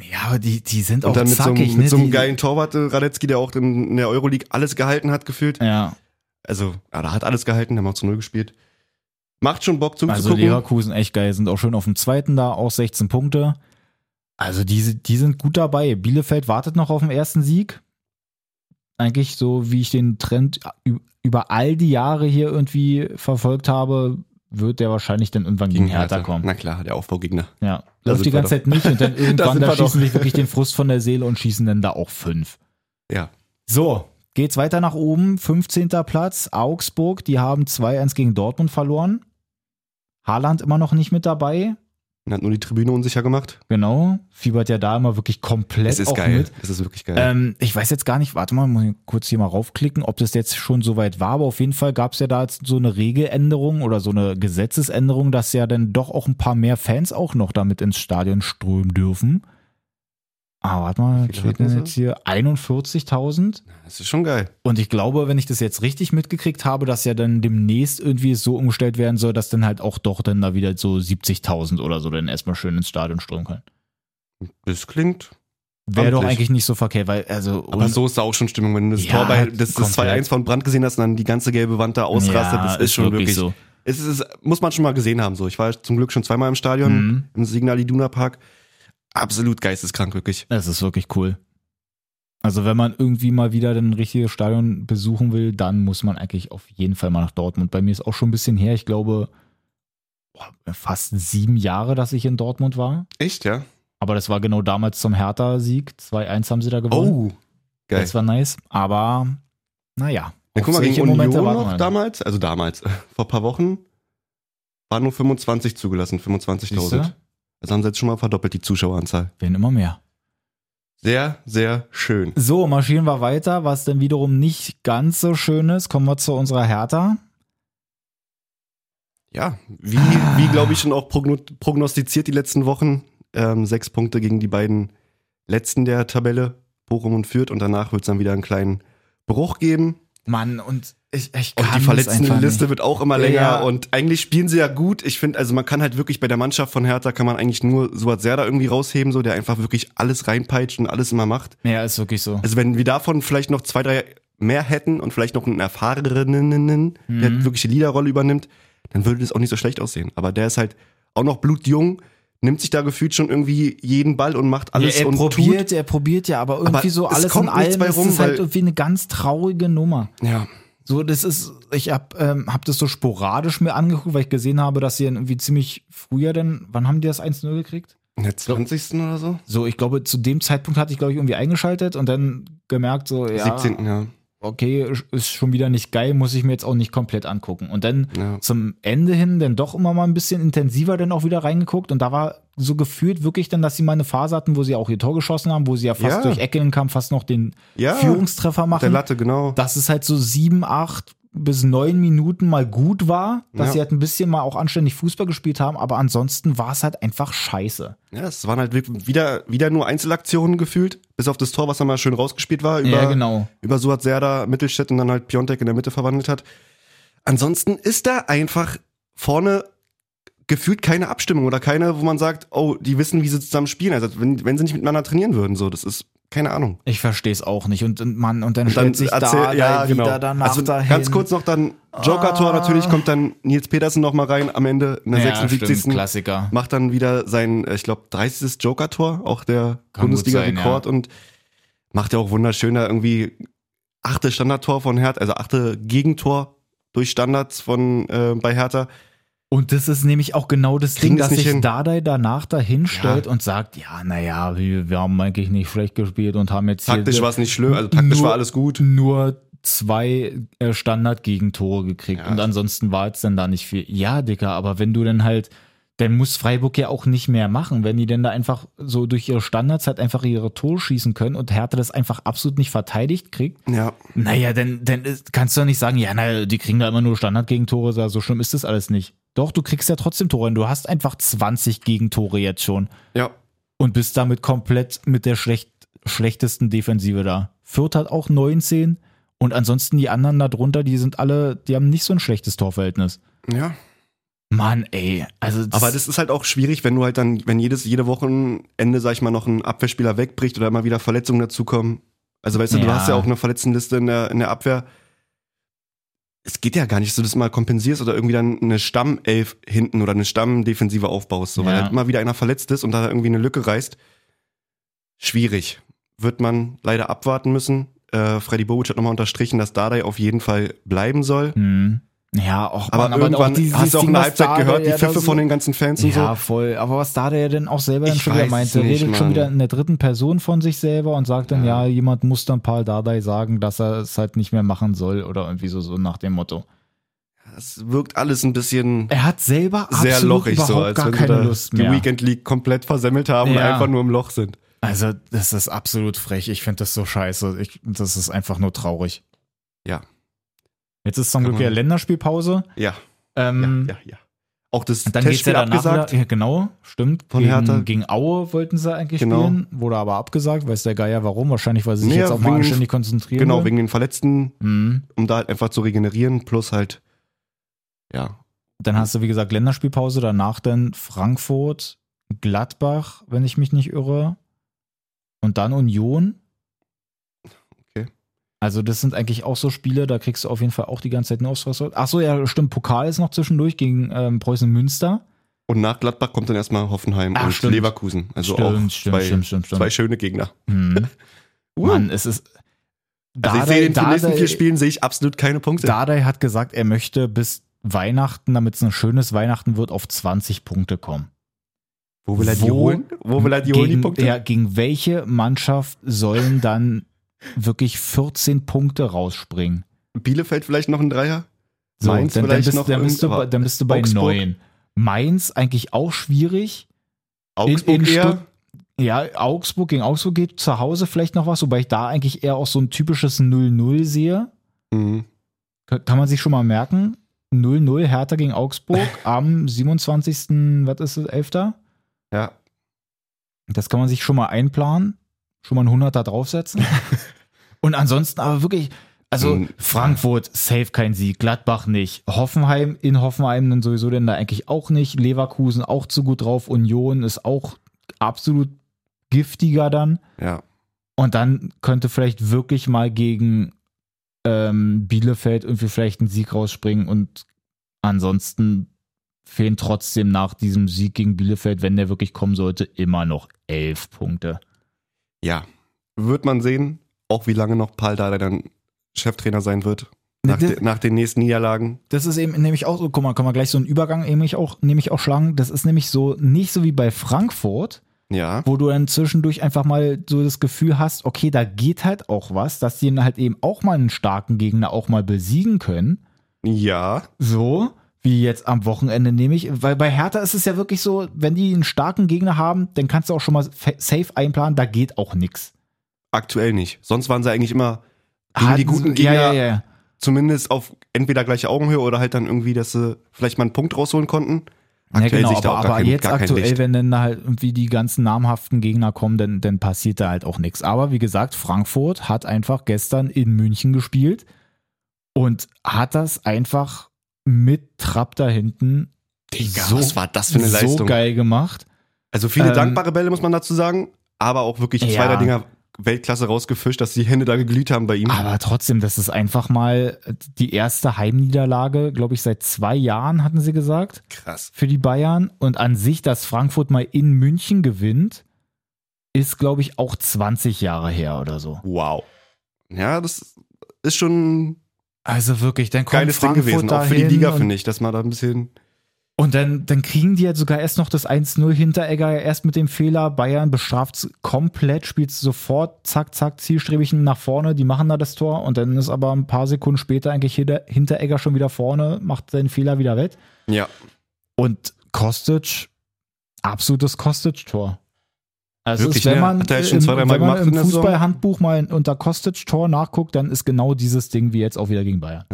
Speaker 2: Ja, aber die, die sind auch
Speaker 1: Und dann mit, so,
Speaker 2: zackig,
Speaker 1: einem-
Speaker 2: ne?
Speaker 1: mit so einem
Speaker 2: die,
Speaker 1: geilen Torwart, äh, Radetzky, der auch in, in der Euroleague alles gehalten hat, gefühlt.
Speaker 2: Ja,
Speaker 1: Also, ja, da hat alles gehalten, der hat auch zu Null gespielt. Macht schon Bock
Speaker 2: also
Speaker 1: zuzugucken.
Speaker 2: Leverkusen echt geil, sind auch schön auf dem zweiten da, auch 16 Punkte. Also die, die sind gut dabei. Bielefeld wartet noch auf den ersten Sieg. Eigentlich so, wie ich den Trend ü- über all die Jahre hier irgendwie verfolgt habe, wird der wahrscheinlich dann irgendwann gegen Hertha kommen.
Speaker 1: also, Na klar, der Aufbaugegner.
Speaker 2: Ja,
Speaker 1: Da
Speaker 2: läuft
Speaker 1: sind
Speaker 2: die
Speaker 1: wir
Speaker 2: ganze Zeit nicht und dann irgendwann,
Speaker 1: sind
Speaker 2: da
Speaker 1: wir doch.
Speaker 2: schießen sich wirklich den Frust von der Seele und schießen dann da auch fünf.
Speaker 1: Ja.
Speaker 2: So, geht's weiter nach oben. 15. Platz, Augsburg, die haben 2-1 gegen Dortmund verloren. Haaland immer noch nicht mit dabei.
Speaker 1: Und hat nur die Tribüne unsicher gemacht.
Speaker 2: Genau. Fiebert ja da immer wirklich komplett
Speaker 1: Es ist
Speaker 2: auch
Speaker 1: geil.
Speaker 2: mit.
Speaker 1: Es ist wirklich geil.
Speaker 2: Ähm, ich weiß jetzt gar nicht, warte mal, muss ich kurz hier mal raufklicken, ob das jetzt schon soweit war, aber auf jeden Fall gab es ja da jetzt so eine Regeländerung oder so eine Gesetzesänderung, dass ja dann doch auch ein paar mehr Fans auch noch damit ins Stadion strömen dürfen. Ah, warte mal,
Speaker 1: Wie viele
Speaker 2: steht
Speaker 1: hatten
Speaker 2: denn
Speaker 1: sie?
Speaker 2: jetzt hier 41.000?
Speaker 1: Das ist schon geil.
Speaker 2: Und ich glaube, wenn ich das jetzt richtig mitgekriegt habe, dass ja dann demnächst irgendwie es so umgestellt werden soll, dass dann halt auch doch dann da wieder so 70.000 oder so dann erstmal schön ins Stadion strömen kann.
Speaker 1: Das klingt.
Speaker 2: Wäre doch
Speaker 1: Amtlich.
Speaker 2: eigentlich nicht so verkehrt, weil also
Speaker 1: Aber
Speaker 2: und-
Speaker 1: so ist da auch schon Stimmung, wenn du das
Speaker 2: Ja, halt
Speaker 1: Tor bei das, das
Speaker 2: komplett.
Speaker 1: 2-1 von Brand gesehen hast und dann die ganze gelbe Wand da ausrastet.
Speaker 2: Ja,
Speaker 1: das ist, schon wirklich.
Speaker 2: so.
Speaker 1: Es ist, muss man schon mal gesehen haben. So, ich war zum Glück schon zweimal im Stadion
Speaker 2: Mhm.
Speaker 1: im Signal Iduna Park. Absolut geisteskrank wirklich.
Speaker 2: Es ist wirklich cool. Also wenn man irgendwie mal wieder ein richtiges Stadion besuchen will, dann muss man eigentlich auf jeden Fall mal nach Dortmund. Bei mir ist auch schon ein bisschen her, ich glaube boah, fast sieben Jahre, dass ich in Dortmund war.
Speaker 1: Echt, ja?
Speaker 2: Aber das war genau damals zum Hertha-Sieg. 2-1 haben sie da gewonnen.
Speaker 1: Oh, geil.
Speaker 2: Das war nice. Aber naja.
Speaker 1: Ja, guck
Speaker 2: Auf
Speaker 1: mal, gegen
Speaker 2: solche
Speaker 1: Union
Speaker 2: Momente warten
Speaker 1: noch
Speaker 2: wir.
Speaker 1: damals, also damals, vor ein paar Wochen, waren nur 25 zugelassen, 25.000.
Speaker 2: Siehste?
Speaker 1: Also haben sie jetzt schon mal verdoppelt die Zuschaueranzahl.
Speaker 2: Werden immer mehr.
Speaker 1: Sehr, sehr schön.
Speaker 2: So, marschieren wir weiter. Was denn wiederum nicht ganz so schön ist, kommen wir zu unserer Hertha.
Speaker 1: Ja, wie,
Speaker 2: Ah.
Speaker 1: wie glaube ich schon auch progno prognostiziert die letzten Wochen, ähm, sechs Punkte gegen die beiden letzten der Tabelle, Bochum und Fürth und danach wird es dann wieder einen kleinen Bruch geben.
Speaker 2: Mann, und
Speaker 1: Und
Speaker 2: ich, ich
Speaker 1: die
Speaker 2: kann's einfach
Speaker 1: Verletztenliste
Speaker 2: nicht.
Speaker 1: wird auch immer
Speaker 2: Ja.
Speaker 1: länger und eigentlich spielen sie ja gut. Ich finde, also man kann halt wirklich bei der Mannschaft von Hertha kann man eigentlich nur Suat Serda irgendwie rausheben, so der einfach wirklich alles reinpeitscht und alles immer macht.
Speaker 2: Ja, ist wirklich so.
Speaker 1: Also wenn wir davon vielleicht noch zwei, drei mehr hätten und vielleicht noch einen erfahrenen, der
Speaker 2: Mhm.
Speaker 1: wirklich die Leaderrolle übernimmt, dann würde das auch nicht so schlecht aussehen. Aber der ist halt auch noch blutjung, nimmt sich da gefühlt schon irgendwie jeden Ball und macht alles
Speaker 2: ja, er
Speaker 1: und
Speaker 2: probiert, er probiert ja, aber irgendwie
Speaker 1: Aber
Speaker 2: so
Speaker 1: es
Speaker 2: alles
Speaker 1: kommt
Speaker 2: in
Speaker 1: nichts
Speaker 2: allem
Speaker 1: bei
Speaker 2: ist
Speaker 1: rum,
Speaker 2: es halt
Speaker 1: weil-
Speaker 2: irgendwie eine ganz traurige Nummer.
Speaker 1: tut. Ja.
Speaker 2: So, das ist, ich hab, ähm, hab das so sporadisch mir angeguckt, weil ich gesehen habe, dass sie irgendwie ziemlich früher denn, wann haben die das 1-0 gekriegt?
Speaker 1: In der 20. oder so?
Speaker 2: So, ich glaube, zu dem Zeitpunkt hatte ich, glaube ich, irgendwie eingeschaltet und dann gemerkt, so, ja,
Speaker 1: 17. Ja.
Speaker 2: okay, ist- ist schon wieder nicht geil, muss ich mir jetzt auch nicht komplett angucken. Und dann
Speaker 1: ja.
Speaker 2: zum Ende hin dann doch immer mal ein bisschen intensiver dann auch wieder reingeguckt und da war so gefühlt wirklich dann, dass sie mal eine Phase hatten, wo sie auch ihr Tor geschossen haben, wo sie ja fast
Speaker 1: Ja.
Speaker 2: durch Eckeln kamen, fast noch den
Speaker 1: Ja,
Speaker 2: Führungstreffer
Speaker 1: der
Speaker 2: machen.
Speaker 1: Latte, genau.
Speaker 2: Dass es halt so sieben, acht bis neun Minuten mal gut war, dass
Speaker 1: Ja.
Speaker 2: sie halt ein bisschen mal auch anständig Fußball gespielt haben, aber ansonsten war es halt einfach scheiße.
Speaker 1: Ja, es waren halt wirklich wieder, wieder nur Einzelaktionen gefühlt, bis auf das Tor, was dann mal schön rausgespielt war, über,
Speaker 2: genau.
Speaker 1: über Suat Serda, Mittelstädt und dann halt Piontek in der Mitte verwandelt hat. Ansonsten ist da einfach vorne gefühlt keine Abstimmung oder keine, wo man sagt, oh, die wissen, wie sie zusammen spielen. Also wenn, wenn sie nicht miteinander trainieren würden, so, das ist keine Ahnung.
Speaker 2: Ich verstehe es auch nicht. Und, und man, und dann,
Speaker 1: Und
Speaker 2: stellt sich da, da wieder danach
Speaker 1: also
Speaker 2: dahin.
Speaker 1: ganz kurz noch dann Joker-Tor
Speaker 2: Ah.
Speaker 1: natürlich kommt dann Nils Petersen noch mal rein am Ende in der
Speaker 2: ja,
Speaker 1: 76.
Speaker 2: Stimmt, Klassiker.
Speaker 1: macht dann wieder sein, äh, ich glaube, 30. Joker-Tor, auch der
Speaker 2: Kann gut sein,
Speaker 1: Bundesliga-Rekord und macht ja auch wunderschön da irgendwie achte Standardtor von Hertha, also achte Gegentor durch Standards von äh, bei Hertha.
Speaker 2: Und das ist nämlich auch genau das
Speaker 1: Kriegen
Speaker 2: Ding,
Speaker 1: das
Speaker 2: dass
Speaker 1: nicht
Speaker 2: sich
Speaker 1: hin.
Speaker 2: Dardai danach dahin stellt
Speaker 1: Ja.
Speaker 2: und sagt, ja, naja, wir, wir haben eigentlich nicht schlecht gespielt und haben jetzt
Speaker 1: Taktisch
Speaker 2: hier
Speaker 1: war es nicht schlimm, also taktisch
Speaker 2: Nur-
Speaker 1: war alles gut.
Speaker 2: nur zwei äh, Standard-Gegentore gekriegt
Speaker 1: Ja.
Speaker 2: und ansonsten war jetzt dann da nicht viel. Ja, Dicker, aber wenn du dann halt, dann muss Freiburg ja auch nicht mehr machen, wenn die denn da einfach so durch ihre Standards halt einfach ihre Tore schießen können und Hertha das einfach absolut nicht verteidigt kriegt,
Speaker 1: Ja,
Speaker 2: naja, dann, dann ist- kannst du doch nicht sagen, ja, na, die kriegen da immer nur Standardgegentore, so- so schlimm ist das alles nicht. Doch, du kriegst ja trotzdem Tore und du hast einfach 20 Gegentore jetzt schon
Speaker 1: ja.
Speaker 2: und bist damit komplett mit der schlecht, schlechtesten Defensive da. Fürth hat auch 19 und ansonsten die anderen da drunter, die sind alle, die haben nicht so ein schlechtes Torverhältnis.
Speaker 1: Ja.
Speaker 2: Mann, ey, also
Speaker 1: Aber das ist halt auch schwierig, wenn du halt dann, wenn jedes, jede Wochenende, sag ich mal, noch ein Abwehrspieler wegbricht oder immer wieder Verletzungen dazukommen. Also weißt du, du
Speaker 2: Ja.
Speaker 1: hast ja auch eine Verletztenliste in der, in der Abwehr. Es geht ja gar nicht, dass du das mal kompensierst oder irgendwie dann eine Stammelf hinten oder eine Stammdefensive aufbaust, so, weil
Speaker 2: Ja.
Speaker 1: halt immer wieder einer verletzt ist und da irgendwie eine Lücke reißt. Schwierig. Wird man leider abwarten müssen. Äh, Freddy Bobic hat nochmal unterstrichen, dass Dardai auf jeden Fall bleiben soll.
Speaker 2: hm. ja auch
Speaker 1: Aber,
Speaker 2: Mann,
Speaker 1: irgendwann
Speaker 2: auch dieses
Speaker 1: hast du auch
Speaker 2: Ding,
Speaker 1: in der
Speaker 2: was
Speaker 1: Halbzeit
Speaker 2: da
Speaker 1: gehört, die
Speaker 2: ja da
Speaker 1: Pfiffe
Speaker 2: so-
Speaker 1: von den ganzen Fans und so.
Speaker 2: Ja, voll. Aber was da der denn auch selber dann
Speaker 1: Ich
Speaker 2: schon wieder
Speaker 1: weiß
Speaker 2: meinte,
Speaker 1: es nicht,
Speaker 2: redet schon
Speaker 1: Mann.
Speaker 2: wieder in der dritten Person von sich selber und sagt dann, ja,
Speaker 1: Ja.
Speaker 2: jemand muss dann Paul Dardai sagen, dass er es halt nicht mehr machen soll oder irgendwie so, so nach dem Motto.
Speaker 1: es wirkt alles ein bisschen
Speaker 2: Er hat selber absolut
Speaker 1: sehr lochig,
Speaker 2: überhaupt
Speaker 1: so als
Speaker 2: gar
Speaker 1: wenn
Speaker 2: keine
Speaker 1: sie da
Speaker 2: Lust
Speaker 1: die
Speaker 2: mehr.
Speaker 1: Weekend League komplett versemmelt haben und
Speaker 2: Ja.
Speaker 1: einfach nur im Loch sind.
Speaker 2: Also, das ist absolut frech. Ich finde das so scheiße. Ich, das ist einfach nur traurig.
Speaker 1: Ja.
Speaker 2: Jetzt ist zum
Speaker 1: Kann
Speaker 2: Glück ja
Speaker 1: man-
Speaker 2: Länderspielpause.
Speaker 1: Ja,
Speaker 2: Ähm,
Speaker 1: ja, ja, ja. Auch das
Speaker 2: Dann geht's
Speaker 1: Testspiel
Speaker 2: ja danach
Speaker 1: abgesagt.
Speaker 2: wieder. Ja, genau, stimmt.
Speaker 1: Von Hertha.
Speaker 2: gegen, gegen Aue wollten sie eigentlich
Speaker 1: Genau.
Speaker 2: spielen, wurde aber abgesagt. Weiß der Geier warum. Wahrscheinlich, weil sie sich
Speaker 1: Nee,
Speaker 2: jetzt auch
Speaker 1: wegen-
Speaker 2: mal anständig konzentrieren.
Speaker 1: Genau,
Speaker 2: wollen.
Speaker 1: wegen den Verletzten,
Speaker 2: Mhm.
Speaker 1: um da halt einfach zu regenerieren, plus halt, ja,
Speaker 2: Dann hast du, wie gesagt, Länderspielpause. Danach dann Frankfurt, Gladbach, wenn ich mich nicht irre. Und dann Union.
Speaker 1: Okay.
Speaker 2: Also, das sind eigentlich auch so Spiele, da kriegst du auf jeden Fall auch die ganze Zeit einen Aufstress. Achso, ja, stimmt. Pokal ist noch zwischendurch gegen ähm, Preußen Münster.
Speaker 1: Und nach Gladbach kommt dann erstmal Hoffenheim
Speaker 2: Ach,
Speaker 1: und
Speaker 2: stimmt.
Speaker 1: Leverkusen. Also auch
Speaker 2: stimmt, stimmt,
Speaker 1: zwei,
Speaker 2: stimmt, stimmt,
Speaker 1: zwei
Speaker 2: stimmt.
Speaker 1: schöne Gegner.
Speaker 2: Hm. Mann, es ist.
Speaker 1: Uh. Also ich
Speaker 2: Dardai-
Speaker 1: sehe in den nächsten
Speaker 2: Dardai-
Speaker 1: vier Spielen sehe ich absolut keine Punkte.
Speaker 2: Dardai hat gesagt, er möchte bis Weihnachten, damit es ein schönes Weihnachten wird, auf 20 Punkte kommen.
Speaker 1: wo will er die
Speaker 2: wo-
Speaker 1: holen? Wo will er die holen, die
Speaker 2: gegen,
Speaker 1: Punkte?
Speaker 2: Ja, gegen welche Mannschaft sollen dann wirklich 14 Punkte rausspringen?
Speaker 1: Bielefeld vielleicht noch ein Dreier?
Speaker 2: So,
Speaker 1: Mainz
Speaker 2: dann,
Speaker 1: vielleicht
Speaker 2: dann bist,
Speaker 1: noch
Speaker 2: dann bist, du,
Speaker 1: irgendwo-
Speaker 2: bei- dann bist du bei
Speaker 1: Augsburg?
Speaker 2: neun. Mainz eigentlich auch schwierig.
Speaker 1: Augsburg
Speaker 2: in
Speaker 1: eher?
Speaker 2: Stutt- Ja, Augsburg gegen Augsburg geht zu Hause vielleicht noch was, wobei ich da eigentlich eher auch so ein typisches 0-0 sehe.
Speaker 1: Mhm.
Speaker 2: Ka- Kann man sich schon mal merken. 0-0 Hertha gegen Augsburg am 27. was ist es, 11.?
Speaker 1: Ja.
Speaker 2: Das kann man sich schon mal einplanen, schon mal einen 100er draufsetzen. Und ansonsten aber wirklich, also
Speaker 1: Mhm.
Speaker 2: Frankfurt safe kein Sieg, Gladbach nicht, Hoffenheim in Hoffenheim dann sowieso denn da eigentlich auch nicht, Leverkusen auch zu gut drauf, Union ist auch absolut giftiger dann.
Speaker 1: Ja.
Speaker 2: Und dann könnte vielleicht wirklich mal gegen ähm, Bielefeld irgendwie vielleicht ein Sieg rausspringen und ansonsten fehlen trotzdem nach diesem Sieg gegen Bielefeld, wenn der wirklich kommen sollte, immer noch elf Punkte.
Speaker 1: Ja. Wird man sehen, auch wie lange noch Paul Dardai dann Cheftrainer sein wird. Nach,
Speaker 2: Das-
Speaker 1: de, nach den nächsten Niederlagen.
Speaker 2: Das ist eben nämlich auch so, guck mal, kann man gleich so einen Übergang nämlich auch, nämlich auch schlagen. Das ist nämlich so, nicht so wie bei Frankfurt,
Speaker 1: Ja.
Speaker 2: wo du dann zwischendurch einfach mal so das Gefühl hast, okay, da geht halt auch was, dass die dann halt eben auch mal einen starken Gegner auch mal besiegen können.
Speaker 1: Ja.
Speaker 2: So, wie jetzt am Wochenende nehme ich. Weil bei Hertha ist es ja wirklich so, wenn die einen starken Gegner haben, dann kannst du auch schon mal fa- safe einplanen, da geht auch nichts.
Speaker 1: Aktuell nicht. Sonst waren sie eigentlich immer gegen die guten
Speaker 2: ja,
Speaker 1: Gegner
Speaker 2: ja, ja.
Speaker 1: zumindest auf entweder gleiche Augenhöhe oder halt dann irgendwie, dass sie vielleicht mal einen Punkt rausholen konnten. Aktuell sehe
Speaker 2: ja, genau,
Speaker 1: ich da
Speaker 2: aber,
Speaker 1: auch gar
Speaker 2: aber
Speaker 1: kein-
Speaker 2: jetzt
Speaker 1: gar kein
Speaker 2: aktuell,
Speaker 1: Licht.
Speaker 2: wenn dann da halt irgendwie die ganzen namhaften Gegner kommen, dann, dann passiert da halt auch nichts. Aber wie gesagt, Frankfurt hat einfach gestern in München gespielt und hat das einfach mit Trapp da hinten so,
Speaker 1: was war das für eine
Speaker 2: so
Speaker 1: Leistung?
Speaker 2: geil gemacht.
Speaker 1: Also viele
Speaker 2: Ähm,
Speaker 1: dankbare Bälle, muss man dazu sagen, aber auch wirklich zwei
Speaker 2: Ja.
Speaker 1: der Dinger Weltklasse rausgefischt, dass die Hände da geglüht haben bei ihm.
Speaker 2: Aber trotzdem, das ist einfach mal die erste Heimniederlage, glaube ich, seit zwei Jahren, hatten sie gesagt,
Speaker 1: krass.
Speaker 2: für die Bayern. Und an sich, dass Frankfurt mal in München gewinnt, ist, glaube ich, auch 20 Jahre her oder so.
Speaker 1: Wow. Ja, das ist schon ein
Speaker 2: Also wirklich, dann kommt
Speaker 1: geiles Ding
Speaker 2: Frankfurt
Speaker 1: gewesen, auch für die
Speaker 2: dahin
Speaker 1: Liga,
Speaker 2: und,
Speaker 1: finde ich, dass man da ein bisschen
Speaker 2: und dann, dann kriegen die ja sogar erst noch das 1-0 Hinteregger, erst mit dem Fehler. Bayern bestraft komplett, spielt sofort, zack, zack, zielstrebig nach vorne, die machen da das Tor und dann ist aber ein paar Sekunden später eigentlich Hinter- Hinteregger schon wieder vorne, macht seinen Fehler wieder weg.
Speaker 1: ja,
Speaker 2: Und Kostic, absolutes Kostic-Tor. Also
Speaker 1: Wirklich,
Speaker 2: ist, wenn
Speaker 1: ne?
Speaker 2: man,
Speaker 1: Hat er jetzt schon
Speaker 2: im-
Speaker 1: zwei, dreimal
Speaker 2: wenn man
Speaker 1: gemacht in
Speaker 2: im
Speaker 1: der Saison?
Speaker 2: Fußballhandbuch mal unter Kostic-Tor nachguckt, dann ist genau dieses Ding wie jetzt auch wieder gegen Bayern.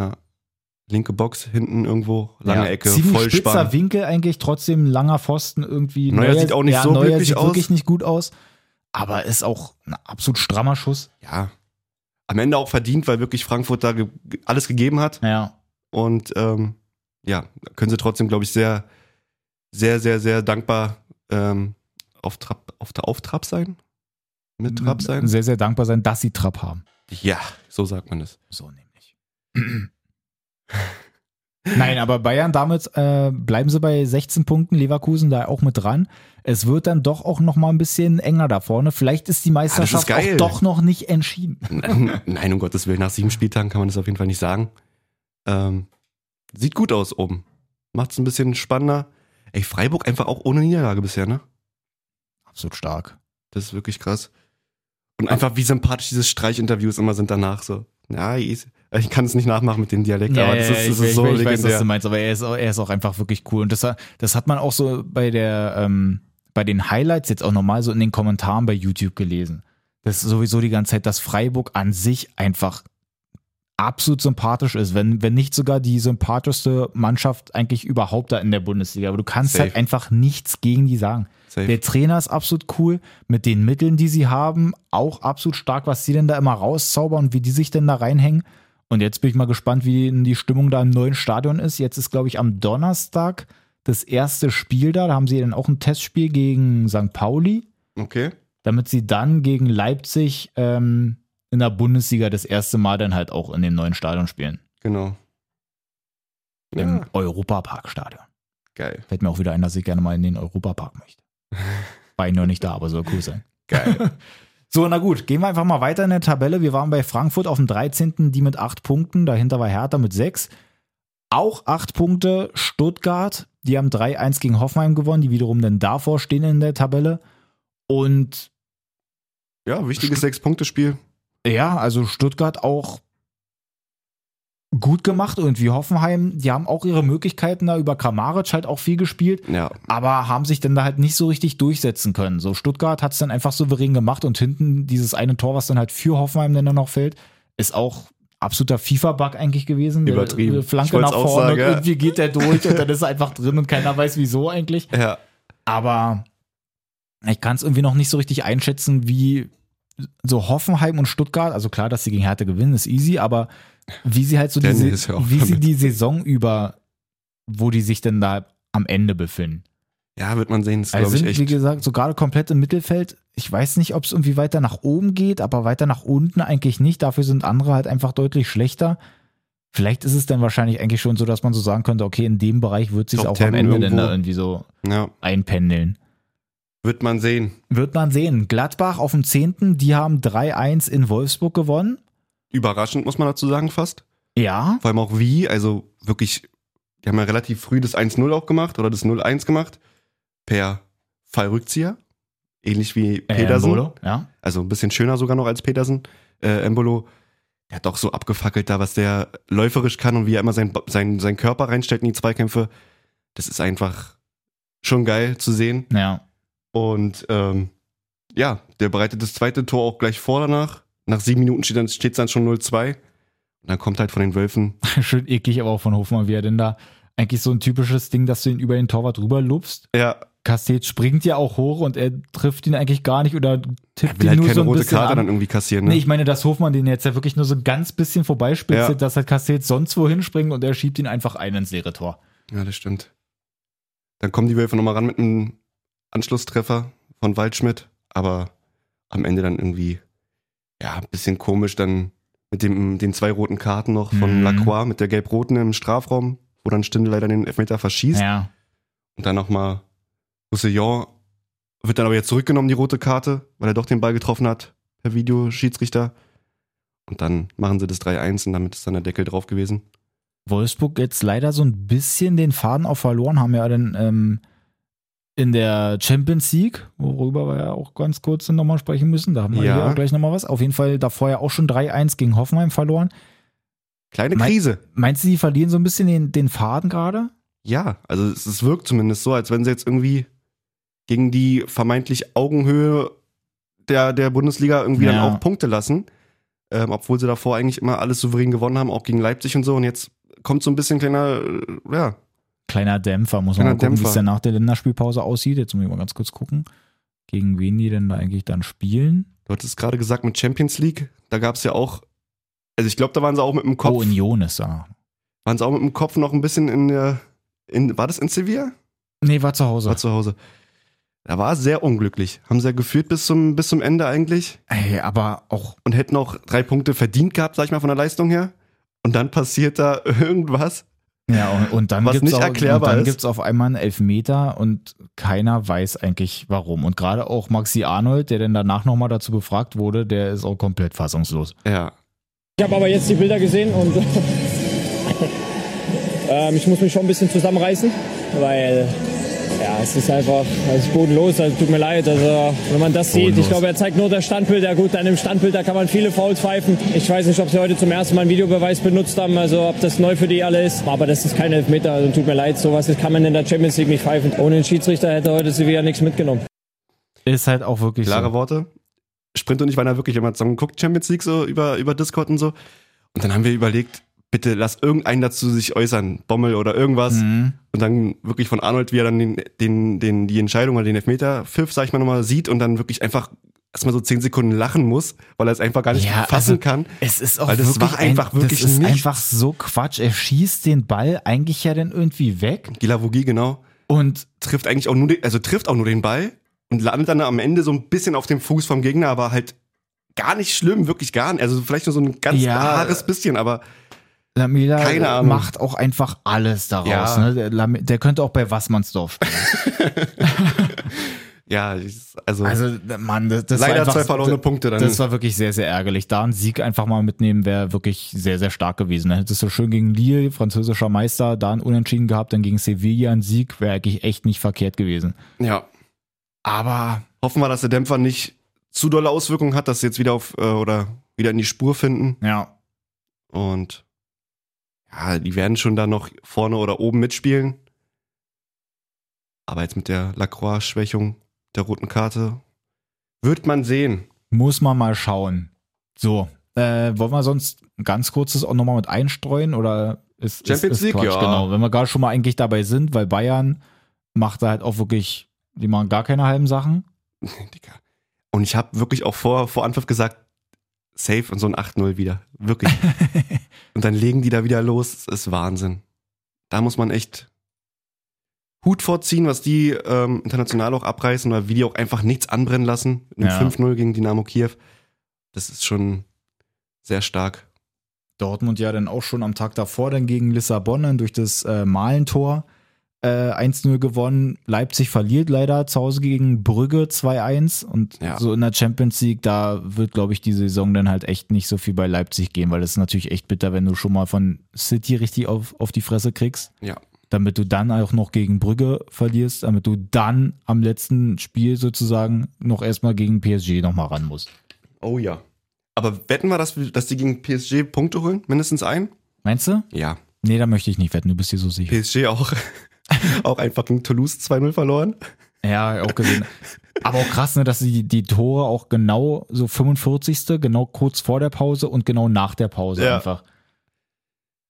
Speaker 1: linke Box hinten irgendwo, lange
Speaker 2: Ja,
Speaker 1: Ecke,
Speaker 2: ziemlich
Speaker 1: voll
Speaker 2: spitzer
Speaker 1: spannend.
Speaker 2: Winkel eigentlich, trotzdem langer Pfosten irgendwie.
Speaker 1: Neuer sieht auch nicht so
Speaker 2: Neuer
Speaker 1: glücklich
Speaker 2: sieht
Speaker 1: aus.
Speaker 2: wirklich nicht gut aus, aber ist auch ein absolut strammer Schuss.
Speaker 1: Ja. Am Ende auch verdient, weil wirklich Frankfurt da ge alles gegeben hat.
Speaker 2: Ja,
Speaker 1: Und ähm, ja, können sie trotzdem, glaube ich, sehr, sehr, sehr, sehr dankbar ähm, auf, Trab, auf, der- auf Trab sein? Mit Trab sein?
Speaker 2: Sehr, sehr dankbar sein, dass sie Trapp haben.
Speaker 1: Ja, so sagt man es.
Speaker 2: So nämlich. Nein, aber Bayern damit äh, bleiben sie bei 16 Punkten, Leverkusen da auch mit dran. Es wird dann doch auch noch mal ein bisschen enger da vorne. Vielleicht ist die Meisterschaft
Speaker 1: geil.
Speaker 2: auch doch noch nicht entschieden.
Speaker 1: Nein, um Gottes Willen, nach sieben Spieltagen kann man das auf jeden Fall nicht sagen. Ähm, sieht gut aus oben. Macht's ein bisschen spannender. Ey, Freiburg einfach auch ohne Niederlage bisher, ne?
Speaker 2: Absolut stark.
Speaker 1: Das ist wirklich krass. Und einfach, wie sympathisch diese Streichinterviews immer sind danach so. Ja, ihr- Ich kann es nicht nachmachen mit dem Dialekt, aber das ist, das
Speaker 2: ich,
Speaker 1: ist so
Speaker 2: ich, ich weiß, was
Speaker 1: legendär.
Speaker 2: du meinst, aber er ist, auch- er ist auch einfach wirklich cool. Und das, hat- das hat man auch so bei der, ähm, bei den Highlights jetzt auch nochmal so in den Kommentaren bei YouTube gelesen. Das ist sowieso die ganze Zeit, dass Freiburg an sich einfach absolut sympathisch ist, wenn, wenn nicht sogar die sympathischste Mannschaft eigentlich überhaupt da in der Bundesliga. Aber du kannst
Speaker 1: Safe.
Speaker 2: halt einfach nichts gegen die sagen.
Speaker 1: Safe.
Speaker 2: Der Trainer ist absolut cool, mit den Mitteln, die sie haben, auch absolut stark, was sie denn da immer rauszaubern und wie die sich denn da reinhängen. Und jetzt bin ich mal gespannt, wie denn die Stimmung da im neuen Stadion ist. Jetzt ist, glaube ich, am Donnerstag das erste Spiel da. Da haben sie dann auch ein Testspiel gegen St. Pauli,
Speaker 1: Okay.
Speaker 2: damit sie dann gegen Leipzig ähm, in der Bundesliga das erste Mal dann halt auch in dem neuen Stadion spielen.
Speaker 1: Genau.
Speaker 2: Im
Speaker 1: Ja,
Speaker 2: Europaparkstadion.
Speaker 1: geil.
Speaker 2: Fällt mir auch wieder ein, dass ich gerne mal in den Europapark möchte. War ich noch nicht da, aber soll cool sein.
Speaker 1: Geil.
Speaker 2: So, na gut, gehen wir einfach mal weiter in der Tabelle. Wir waren bei Frankfurt auf dem 13., die mit 8 Punkten, dahinter war Hertha mit 6. Auch 8 Punkte Stuttgart, die haben 3-1 gegen Hoffenheim gewonnen, die wiederum dann davor stehen in der Tabelle. Und
Speaker 1: Ja, wichtiges Sechs-Punkte-Spiel.
Speaker 2: ja, also Stuttgart auch gut gemacht und wie Hoffenheim, die haben auch ihre Möglichkeiten da über Kramaric halt auch viel gespielt.
Speaker 1: Ja,
Speaker 2: aber haben sich dann da halt nicht so richtig durchsetzen können. So Stuttgart hat es dann einfach souverän gemacht und hinten dieses eine Tor, was dann halt für Hoffenheim dann noch fällt, ist auch absoluter FIFA-Bug eigentlich gewesen. Der-
Speaker 1: Übertrieben.
Speaker 2: der
Speaker 1: Ich
Speaker 2: Flanke
Speaker 1: wollt's
Speaker 2: nach
Speaker 1: auch
Speaker 2: vorne
Speaker 1: sagen,
Speaker 2: und
Speaker 1: ja.
Speaker 2: irgendwie geht der durch und dann ist er einfach drin und keiner weiß wieso eigentlich.
Speaker 1: ja.
Speaker 2: Aber ich kann es irgendwie noch nicht so richtig einschätzen, wie so Hoffenheim und Stuttgart, also klar, dass sie gegen Hertha gewinnen, ist easy, aber wie sie halt so die,
Speaker 1: Dennis,
Speaker 2: Se-
Speaker 1: hör auf
Speaker 2: wie sie
Speaker 1: damit.
Speaker 2: die Saison über, wo die sich denn da am Ende befinden.
Speaker 1: Ja, wird man sehen. Das
Speaker 2: Also
Speaker 1: glaube ich
Speaker 2: sind,
Speaker 1: echt.
Speaker 2: wie gesagt, so gerade komplett im Mittelfeld. Ich weiß nicht, ob es irgendwie weiter nach oben geht, aber weiter nach unten eigentlich nicht. Dafür sind andere halt einfach deutlich schlechter. Vielleicht ist es dann wahrscheinlich eigentlich schon so, dass man so sagen könnte, okay, in dem Bereich wird sich
Speaker 1: Top
Speaker 2: auch
Speaker 1: 10
Speaker 2: am Ende dann
Speaker 1: irgendwo.
Speaker 2: da irgendwie so
Speaker 1: Ja,
Speaker 2: einpendeln.
Speaker 1: wird man sehen.
Speaker 2: Wird man sehen. Gladbach auf dem 10. Die haben 3-1 in Wolfsburg gewonnen.
Speaker 1: Überraschend, muss man dazu sagen, fast.
Speaker 2: Ja,
Speaker 1: Vor allem auch wie, also wirklich, die haben ja relativ früh das 1-0 auch gemacht oder das 0-1 gemacht. Per Fallrückzieher. Ähnlich wie
Speaker 2: äh,
Speaker 1: Petersen.
Speaker 2: Mbolo, ja.
Speaker 1: also ein bisschen schöner sogar noch als Petersen. Äh, Embolo, der hat doch so abgefackelt da, was der läuferisch kann und wie er immer seinen sein, seinen Körper reinstellt in die Zweikämpfe. Das ist einfach schon geil zu sehen.
Speaker 2: Ja.
Speaker 1: Und ähm, ja, der bereitet das zweite Tor auch gleich vor danach. Nach sieben Minuten steht dann, steht's dann schon 0-2. Und dann kommt halt von den Wölfen.
Speaker 2: Schön eklig, aber auch von Hofmann, wie er denn da eigentlich so ein typisches Ding, dass du ihn über den Torwart rüber lupst.
Speaker 1: Ja,
Speaker 2: Castells springt ja auch hoch und er trifft ihn eigentlich gar nicht oder tippt
Speaker 1: will
Speaker 2: ihn
Speaker 1: halt
Speaker 2: nur
Speaker 1: keine
Speaker 2: so ein
Speaker 1: rote
Speaker 2: bisschen
Speaker 1: Karte
Speaker 2: an.
Speaker 1: dann irgendwie kassieren. Ne?
Speaker 2: Nee, ich meine, dass Hofmann den jetzt ja wirklich nur so ein ganz bisschen vorbeispitzelt,
Speaker 1: Ja.
Speaker 2: dass halt Castells sonst wohin springt und er schiebt ihn einfach ein ins leere Tor.
Speaker 1: ja, das stimmt. Dann kommen die Wölfe nochmal ran mit einem Anschlusstreffer von Waldschmidt. Aber am Ende dann irgendwie, ja, ein bisschen komisch. Dann mit dem, den zwei roten Karten noch von
Speaker 2: Mhm.
Speaker 1: Lacroix mit der gelb-roten im Strafraum, wo dann Stindl leider den Elfmeter verschießt.
Speaker 2: Ja.
Speaker 1: Und dann nochmal Roussillon wird dann aber jetzt zurückgenommen, die rote Karte, weil er doch den Ball getroffen hat, per Videoschiedsrichter. Und dann machen sie das 3-1 und damit ist dann der Deckel drauf gewesen.
Speaker 2: Wolfsburg jetzt leider so ein bisschen den Faden auch verloren, haben ja dann ähm, in der Champions League, worüber wir ja auch ganz kurz dann nochmal sprechen müssen, da haben wir
Speaker 1: Ja.
Speaker 2: ja auch gleich nochmal was. Auf jeden Fall davor ja auch schon 3-1 gegen Hoffenheim verloren.
Speaker 1: Kleine
Speaker 2: Mein-
Speaker 1: Krise.
Speaker 2: Meinst du, die verlieren so ein bisschen den, den Faden gerade?
Speaker 1: Ja, also es, es wirkt zumindest so, als wenn sie jetzt irgendwie gegen die vermeintlich Augenhöhe der, der Bundesliga irgendwie
Speaker 2: Ja.
Speaker 1: dann auch Punkte lassen. Ähm, obwohl sie davor eigentlich immer alles souverän gewonnen haben, auch gegen Leipzig und so. Und jetzt kommt so ein bisschen kleiner, äh, ja,
Speaker 2: Kleiner Dämpfer, muss
Speaker 1: Kleiner
Speaker 2: man mal gucken, wie es
Speaker 1: Dämpfer.
Speaker 2: dann nach der Länderspielpause aussieht. Jetzt muss ich mal ganz kurz gucken, gegen wen die denn da eigentlich dann spielen.
Speaker 1: Du hattest gerade gesagt mit Champions League, da gab es ja auch, also ich glaube, da waren sie auch mit dem
Speaker 2: Oh,
Speaker 1: Kopf,
Speaker 2: Union ist da.
Speaker 1: waren sie auch mit dem Kopf noch ein bisschen in der, in, war das in Sevilla?
Speaker 2: Nee, war zu Hause.
Speaker 1: War zu Hause. Da war es sehr unglücklich. Haben sie ja geführt bis zum, bis zum Ende eigentlich
Speaker 2: Ey, aber auch
Speaker 1: und hätten auch drei Punkte verdient gehabt, sag ich mal, von der Leistung her. Und dann passiert da irgendwas.
Speaker 2: Ja, und, und dann
Speaker 1: Was
Speaker 2: gibt's
Speaker 1: nicht
Speaker 2: auch,
Speaker 1: erklärbar
Speaker 2: und dann
Speaker 1: ist.
Speaker 2: gibt's auf einmal einen Elfmeter und keiner weiß eigentlich warum. Und gerade auch Maxi Arnold, der dann danach nochmal dazu befragt wurde, der ist auch komplett fassungslos.
Speaker 1: Ja.
Speaker 5: Ich habe aber jetzt die Bilder gesehen und ähm, ich muss mich schon ein bisschen zusammenreißen, weil ja, es ist einfach es ist bodenlos. Also tut mir leid. Also wenn man das sieht,
Speaker 2: Bodenlos.
Speaker 5: ich glaube, er zeigt nur das Standbild. Ja gut, an dem Standbild, da kann man viele Fouls pfeifen. Ich weiß nicht, ob sie heute zum ersten Mal einen Videobeweis benutzt haben, also ob das neu für die alle ist. Aber das ist kein Elfmeter. Also tut mir leid, sowas kann man in der Champions League nicht pfeifen. Ohne den Schiedsrichter hätte heute sie wieder nichts mitgenommen.
Speaker 2: Ist halt auch wirklich
Speaker 1: Klare
Speaker 2: so.
Speaker 1: Worte. Sprint und ich waren da wirklich immer zusammen geguckt, Champions League so über, über Discord und so. Und dann haben wir überlegt, bitte lass irgendeinen dazu sich äußern, Bommel oder irgendwas.
Speaker 2: Mhm.
Speaker 1: Und dann wirklich von Arnold, wie er dann den, den, den, die Entscheidung oder den Elfmeter, Pfiff, sag ich mal nochmal, sieht und dann wirklich einfach erstmal so zehn Sekunden lachen muss, weil er es einfach gar nicht
Speaker 2: Ja,
Speaker 1: fassen
Speaker 2: also,
Speaker 1: kann.
Speaker 2: Es ist auch
Speaker 1: Weil das
Speaker 2: wirklich
Speaker 1: war einfach
Speaker 2: ein,
Speaker 1: wirklich
Speaker 2: das ist
Speaker 1: nichts.
Speaker 2: einfach so Quatsch. Er schießt den Ball eigentlich ja dann irgendwie weg
Speaker 1: Gilavogi, genau.
Speaker 2: und
Speaker 1: Trifft eigentlich auch nur den, also trifft auch nur den Ball und landet dann am Ende so ein bisschen auf dem Fuß vom Gegner, aber halt gar nicht schlimm, wirklich gar nicht. Also vielleicht nur so ein ganz
Speaker 2: Ja.
Speaker 1: klares bisschen, aber
Speaker 2: Lamela
Speaker 1: Keine Ahnung.
Speaker 2: macht auch einfach alles daraus.
Speaker 1: Ja.
Speaker 2: Ne? Der, Lame- der könnte auch bei Wassmannsdorf spielen.
Speaker 1: ja, es- also,
Speaker 2: Also, Mann, das, das war
Speaker 1: leider
Speaker 2: einfach,
Speaker 1: zwei verlorene Punkte dann.
Speaker 2: Das war wirklich sehr, sehr ärgerlich. Da einen Sieg einfach mal mitnehmen, wäre wirklich sehr, sehr stark gewesen. Dann hättest du schön gegen Lille, französischer Meister, da einen Unentschieden gehabt, dann gegen Sevilla einen Sieg, wäre eigentlich echt nicht verkehrt gewesen.
Speaker 1: ja.
Speaker 2: Aber
Speaker 1: Hoffen wir, dass der Dämpfer nicht zu dolle Auswirkungen hat, dass sie jetzt wieder auf äh, oder wieder in die Spur finden.
Speaker 2: ja,
Speaker 1: Und ja, die werden schon da noch vorne oder oben mitspielen. Aber jetzt mit der Lacroix-Schwächung der roten Karte wird man sehen.
Speaker 2: muss man mal schauen. So, äh, wollen wir sonst ein ganz kurzes auch nochmal mit einstreuen oder ist
Speaker 1: Champions
Speaker 2: ist, ist
Speaker 1: League, ja.
Speaker 2: Genau, wenn wir gerade schon mal eigentlich dabei sind, weil Bayern macht da halt auch wirklich, die machen gar keine halben Sachen.
Speaker 1: Digga. Und ich habe wirklich auch vor, vor Anpfiff gesagt, safe und so ein 8-0 wieder. Wirklich. und dann legen die da wieder los. Das ist Wahnsinn. Da muss man echt Hut vorziehen, was die ähm, international auch abreißen, weil wie die auch einfach nichts anbrennen lassen. Mit
Speaker 2: Ja.
Speaker 1: einem 5-0 gegen Dynamo Kiew. Das ist schon sehr stark.
Speaker 2: Dortmund ja dann auch schon am Tag davor dann gegen Lissabon dann durch das äh, Malentor äh, 1-0 gewonnen. Leipzig verliert leider zu Hause gegen Brügge 2-1 und
Speaker 1: Ja.
Speaker 2: so in der Champions League, da wird glaube ich die Saison dann halt echt nicht so viel bei Leipzig gehen, weil das ist natürlich echt bitter, wenn du schon mal von City richtig auf, auf die Fresse kriegst.
Speaker 1: Ja.
Speaker 2: Damit du dann auch noch gegen Brügge verlierst, damit du dann am letzten Spiel sozusagen noch erstmal gegen PSG nochmal ran musst.
Speaker 1: Oh ja. Aber wetten wir, dass, wir, dass die gegen PSG Punkte holen? Mindestens ein?
Speaker 2: Meinst du?
Speaker 1: Ja.
Speaker 2: Nee, da möchte ich nicht wetten, du bist dir so sicher.
Speaker 1: PSG auch, auch einfach gegen Toulouse 2-0 verloren.
Speaker 2: Ja, auch gesehen. Aber auch krass, ne, dass die, die Tore auch genau so 45. genau kurz vor der Pause und genau nach der Pause
Speaker 1: Ja.
Speaker 2: einfach.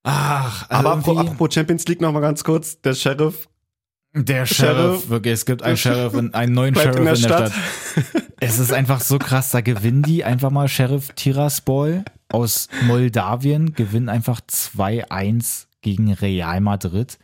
Speaker 1: Ach,
Speaker 2: also
Speaker 1: aber apropos,
Speaker 2: irgendwie-
Speaker 1: apropos Champions League nochmal ganz kurz. Der Sheriff
Speaker 2: Der
Speaker 1: Sheriff.
Speaker 2: wirklich, es gibt einen Sheriff, in, einen neuen
Speaker 1: bleibt
Speaker 2: Sheriff
Speaker 1: in der Stadt.
Speaker 2: Es ist einfach so krass, da gewinnen die einfach mal Sheriff Tiraspol aus Moldawien, gewinnen einfach 2-1 gegen Real Madrid.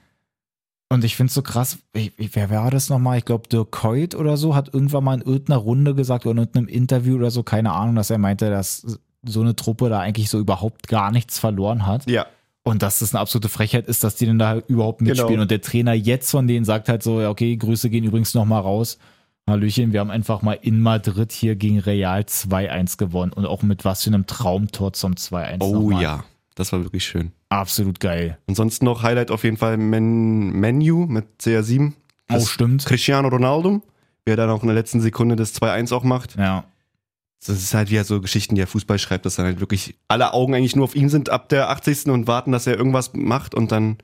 Speaker 2: Und ich finde es so krass, ich, ich, wer war das nochmal? Ich glaube, Dirk Coit oder so hat irgendwann mal in irgendeiner Runde gesagt oder in irgendeinem Interview oder so, keine Ahnung, dass er meinte, dass so eine Truppe da eigentlich so überhaupt gar nichts verloren hat.
Speaker 1: Ja,
Speaker 2: Und dass das eine absolute Frechheit ist, dass die denn da überhaupt mitspielen.
Speaker 1: Genau.
Speaker 2: Und der Trainer jetzt von denen sagt halt so, ja, okay, Grüße gehen übrigens nochmal raus. Hallöchen, wir haben einfach mal in Madrid hier gegen Real 2-1 gewonnen. Und auch mit was für einem Traumtor zum 2-1.
Speaker 1: oh
Speaker 2: nochmal.
Speaker 1: ja, das war wirklich schön.
Speaker 2: Absolut geil.
Speaker 1: Und sonst noch Highlight auf jeden Fall Men Menu mit CR7.
Speaker 2: Oh,
Speaker 1: Das-
Speaker 2: stimmt.
Speaker 1: Cristiano Ronaldo, der dann auch in der letzten Sekunde das 2-1 auch macht.
Speaker 2: Ja.
Speaker 1: Das ist halt wie er so Geschichten, die er Fußball schreibt, dass dann halt wirklich alle Augen eigentlich nur auf ihn sind ab der 80. und warten, dass er irgendwas macht und dann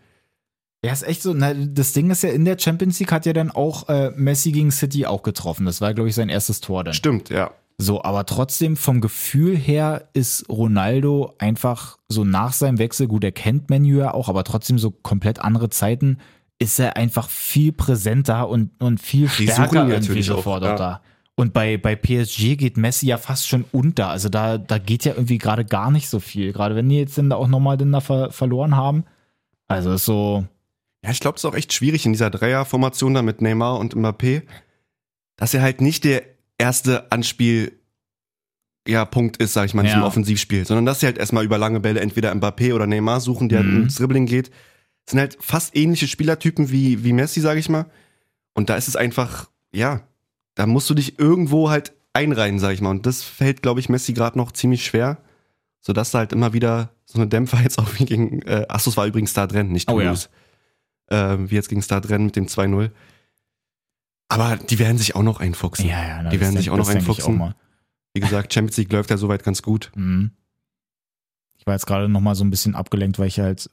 Speaker 2: Ja, ist echt so. Na, das Ding ist ja, in der Champions League hat ja dann auch äh, Messi gegen City auch getroffen. Das war, glaube ich, sein erstes Tor dann.
Speaker 1: stimmt, ja.
Speaker 2: So, aber trotzdem vom Gefühl her ist Ronaldo einfach so nach seinem Wechsel, gut, er kennt Menu ja auch, aber trotzdem so komplett andere Zeiten, ist er einfach viel präsenter und, und viel
Speaker 1: Die suchen
Speaker 2: stärker
Speaker 1: ihn
Speaker 2: irgendwie
Speaker 1: natürlich auch,
Speaker 2: sofort
Speaker 1: ja.
Speaker 2: auch da. Und bei, bei PSG geht Messi ja fast schon unter. Also da, da geht ja irgendwie gerade gar nicht so viel. Gerade wenn die jetzt dann da auch nochmal dann da ver verloren haben. Also ist so,
Speaker 1: Ja, ich glaube, es ist auch echt schwierig in dieser Dreierformation da mit Neymar und Mbappé, dass er halt nicht der erste Anspiel ja, Punkt ist, sag ich mal, nicht
Speaker 2: Ja.
Speaker 1: im Offensivspiel, sondern dass sie halt erstmal über lange Bälle entweder Mbappé oder Neymar suchen, der
Speaker 2: Mhm.
Speaker 1: ins Dribbling geht. Das sind halt fast ähnliche Spielertypen wie, wie Messi, sag ich mal. Und da ist es einfach, ja, da musst du dich irgendwo halt einreihen, sag ich mal. Und das fällt, glaube ich, Messi gerade noch ziemlich schwer, sodass da halt immer wieder so eine Dämpfer jetzt auch wie gegen, äh, achso, es war übrigens da drin, nicht
Speaker 2: Oh ja.
Speaker 1: Toulouse. Ähm, wie jetzt gegen Start rennen mit dem 2-0. Aber die werden sich auch noch einfuchsen.
Speaker 2: Ja, ja, na,
Speaker 1: Die
Speaker 2: das
Speaker 1: werden
Speaker 2: denk-
Speaker 1: sich auch noch
Speaker 2: das denk ich
Speaker 1: einfuchsen.
Speaker 2: auch mal.
Speaker 1: Wie gesagt, Champions League läuft ja soweit ganz gut.
Speaker 2: Mhm. Ich war jetzt gerade noch mal so ein bisschen abgelenkt, weil ich halt,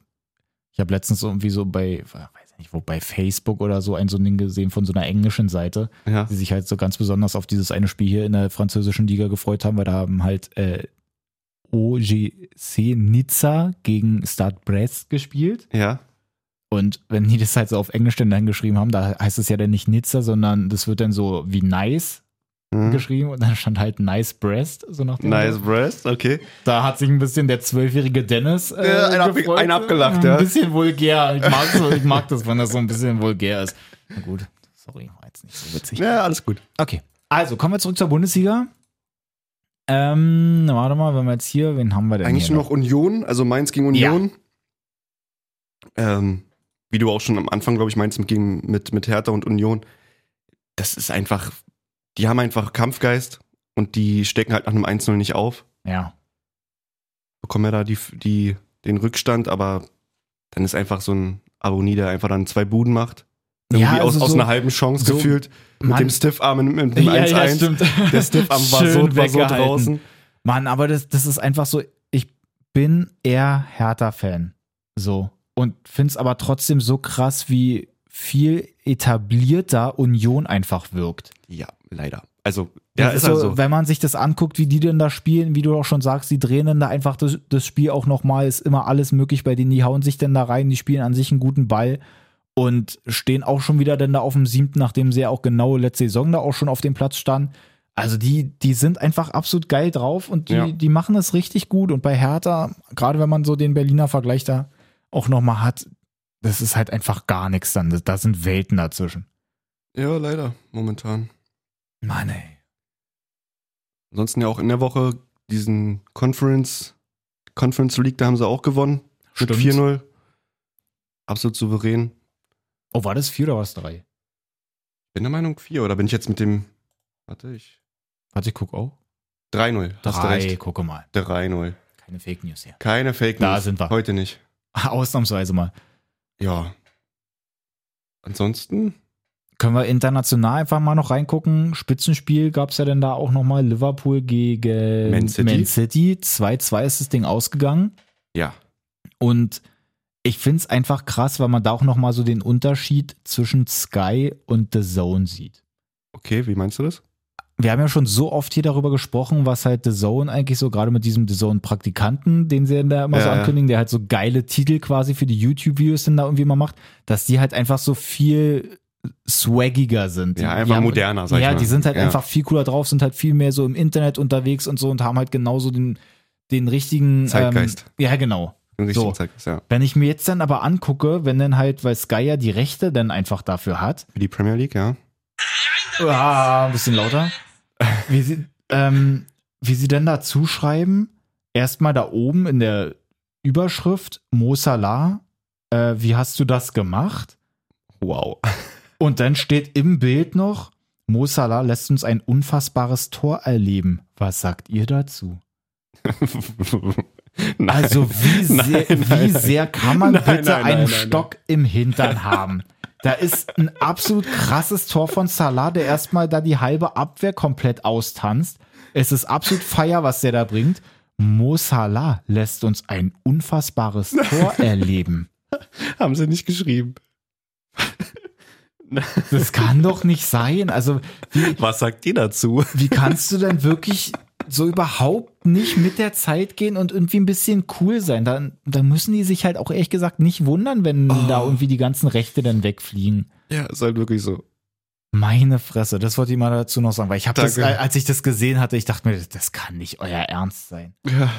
Speaker 2: ich habe letztens irgendwie so bei, weiß nicht, wo, bei Facebook oder so ein so ein Ding gesehen von so einer englischen Seite,
Speaker 1: Ja.
Speaker 2: die sich halt so ganz besonders auf dieses eine Spiel hier in der französischen Liga gefreut haben, weil da haben halt äh, OGC Nizza gegen Stade Brest gespielt.
Speaker 1: Ja.
Speaker 2: Und wenn die das halt so auf Englisch denn dann geschrieben haben, da heißt es ja dann nicht Nizza, sondern das wird dann so wie nice
Speaker 1: Mhm.
Speaker 2: geschrieben und dann stand halt nice Brest, so nach dem
Speaker 1: Nice Breast, okay.
Speaker 2: da hat sich ein bisschen der zwölfjährige Dennis äh,
Speaker 1: Ja, einen ab-
Speaker 2: gefreut.
Speaker 1: einen abgelacht,
Speaker 2: ein
Speaker 1: ja.
Speaker 2: bisschen vulgär. Ich mag, so, ich mag das, wenn das so ein bisschen vulgär ist. Na gut, sorry, war jetzt nicht so witzig.
Speaker 1: Ja, alles gut.
Speaker 2: Okay, also kommen wir zurück zur Bundesliga. Ähm, na, warte mal, wenn wir jetzt hier, wen haben wir denn
Speaker 1: Eigentlich
Speaker 2: hier
Speaker 1: nur noch Union, also Mainz gegen Union. Ähm, wie du auch schon am Anfang, glaube ich, Mainz mit, gegen- mit, mit Hertha und Union. Das ist einfach, die haben einfach Kampfgeist und die stecken halt nach einem 1-0 nicht auf.
Speaker 2: Ja,
Speaker 1: Bekommen ja da die, die, den Rückstand, aber dann ist einfach so ein Aboni, der einfach dann zwei Buden macht. Irgendwie
Speaker 2: Ja, also
Speaker 1: aus, aus
Speaker 2: so-
Speaker 1: einer halben Chance
Speaker 2: so-
Speaker 1: gefühlt. Mit
Speaker 2: Mann.
Speaker 1: dem Stiffarm in- mit dem 1-1. Der Stiffarm war so,
Speaker 2: Schön
Speaker 1: war so
Speaker 2: weggehalten.
Speaker 1: draußen.
Speaker 2: Mann, aber das, das ist einfach so, ich bin eher Hertha-Fan. So. Und finde es aber trotzdem so krass, wie viel etablierter Union einfach wirkt.
Speaker 1: Ja, leider. Also,
Speaker 2: Das
Speaker 1: ja, ist also.
Speaker 2: Wenn man sich das anguckt, wie die denn da spielen, wie du auch schon sagst, die drehen dann da einfach das, das Spiel auch nochmal, ist immer alles möglich bei denen, die hauen sich denn da rein, die spielen an sich einen guten Ball und stehen auch schon wieder denn da auf dem siebten, nachdem sie ja auch genau letzte Saison da auch schon auf dem Platz standen. Also die, die sind einfach absolut geil drauf und die,
Speaker 1: Ja.
Speaker 2: die machen es richtig gut. Und bei Hertha, gerade wenn man so den Berliner Vergleich da auch nochmal hat, das ist halt einfach gar nichts dann. Da sind Welten dazwischen.
Speaker 1: Ja, leider, momentan.
Speaker 2: Mann, ey.
Speaker 1: Ansonsten ja auch in der Woche diesen Conference, Conference League, da haben sie auch gewonnen. Mit
Speaker 2: Stimmt.
Speaker 1: 4-0. Absolut souverän.
Speaker 2: Oh, war das vier oder war es drei?
Speaker 1: Bin der Meinung 4 oder bin ich jetzt mit dem. Warte ich.
Speaker 2: Warte, ich guck auch.
Speaker 1: 3-0. Hast du
Speaker 2: Drei,
Speaker 1: recht.
Speaker 2: gucke mal.
Speaker 1: 3-0.
Speaker 2: Keine Fake News hier.
Speaker 1: Keine Fake News.
Speaker 2: Da sind wir.
Speaker 1: Heute nicht.
Speaker 2: Ausnahmsweise mal.
Speaker 1: Ja. Ansonsten.
Speaker 2: Können wir international einfach mal noch reingucken? Spitzenspiel gab es ja denn da auch nochmal. Liverpool gegen
Speaker 1: Man City.
Speaker 2: Man City. 2-2 ist das Ding ausgegangen.
Speaker 1: Ja.
Speaker 2: Und ich finde es einfach krass, weil man da auch nochmal so den Unterschied zwischen Sky und The Zone sieht.
Speaker 1: Okay, wie meinst du das?
Speaker 2: wir haben ja schon so oft hier darüber gesprochen, was halt The Zone eigentlich so, gerade mit diesem The Zone-Praktikanten, den sie dann da immer so
Speaker 1: Ja, ja.
Speaker 2: ankündigen, der halt so geile Titel quasi für die YouTube-Videos dann da irgendwie mal macht, dass die halt einfach so viel swaggiger sind.
Speaker 1: Ja,
Speaker 2: Die-
Speaker 1: einfach
Speaker 2: die haben-
Speaker 1: moderner, sag ich
Speaker 2: Ja,
Speaker 1: mal.
Speaker 2: die sind halt
Speaker 1: Ja.
Speaker 2: einfach viel cooler drauf, sind halt viel mehr so im Internet unterwegs und so und haben halt genauso den, den richtigen
Speaker 1: Zeitgeist.
Speaker 2: Ähm, ja, genau.
Speaker 1: Im richtigen
Speaker 2: So.
Speaker 1: Zeitgeist, ja.
Speaker 2: Wenn ich mir jetzt dann aber angucke, wenn dann halt, weil Sky ja die Rechte dann einfach dafür hat,
Speaker 1: Für die Premier League, ja.
Speaker 2: Ah, ein bisschen lauter. Wie sie, ähm, wie sie denn da zuschreiben, erstmal da oben in der Überschrift Mo Salah, äh, wie hast du das gemacht?
Speaker 1: Wow.
Speaker 2: Und dann steht im Bild noch, Mo Salah lässt uns ein unfassbares Tor erleben. Was sagt ihr dazu?
Speaker 1: Nein.
Speaker 2: Also wie
Speaker 1: Nein,
Speaker 2: sehr,
Speaker 1: nein,
Speaker 2: wie
Speaker 1: nein.
Speaker 2: sehr kann man
Speaker 1: Nein,
Speaker 2: bitte
Speaker 1: nein, nein,
Speaker 2: einen
Speaker 1: nein, nein.
Speaker 2: Stock im Hintern haben? Da ist ein absolut krasses Tor von Salah, der erstmal da die halbe Abwehr komplett austanzt. Es ist absolut Feier, was der da bringt. Mo Salah lässt uns ein unfassbares Tor erleben.
Speaker 1: haben sie nicht geschrieben.
Speaker 2: Das kann doch nicht sein. Also
Speaker 1: Was sagt ihr dazu?
Speaker 2: wie kannst du denn wirklich so überhaupt nicht mit der Zeit gehen und irgendwie ein bisschen cool sein? Dann, dann müssen die sich halt auch ehrlich gesagt nicht wundern, wenn da irgendwie die ganzen Rechte dann wegfliegen.
Speaker 1: Ja, ist halt wirklich so.
Speaker 2: Meine Fresse, das wollte ich mal dazu noch sagen, weil ich habe das, äh,
Speaker 1: Danke.
Speaker 2: als ich das gesehen hatte, ich dachte mir, das kann nicht euer Ernst sein.
Speaker 1: Ja,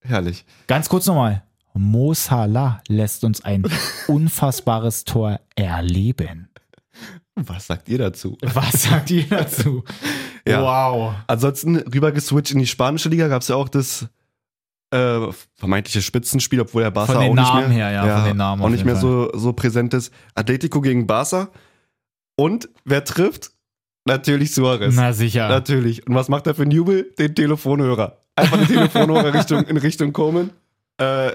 Speaker 1: herrlich.
Speaker 2: Ganz kurz nochmal. Mo Salah lässt uns ein unfassbares Tor erleben.
Speaker 1: Was sagt ihr dazu?
Speaker 2: Was sagt ihr dazu?
Speaker 1: Ja.
Speaker 2: Wow.
Speaker 1: Ansonsten rüber geswitcht in die spanische Liga gab es ja auch das äh, vermeintliche Spitzenspiel, obwohl der Barca
Speaker 2: Von den
Speaker 1: auch
Speaker 2: Namen
Speaker 1: nicht mehr,
Speaker 2: her, ja, von den Namen
Speaker 1: auch
Speaker 2: auf
Speaker 1: nicht
Speaker 2: jeden
Speaker 1: mehr
Speaker 2: Fall.
Speaker 1: so, so präsent ist. Atletico gegen Barca. Und wer trifft? Natürlich Suarez.
Speaker 2: Na sicher.
Speaker 1: Natürlich. Und was macht er für einen Jubel? Den Telefonhörer. Einfach den Telefonhörer Richtung, in Richtung Komen. Äh,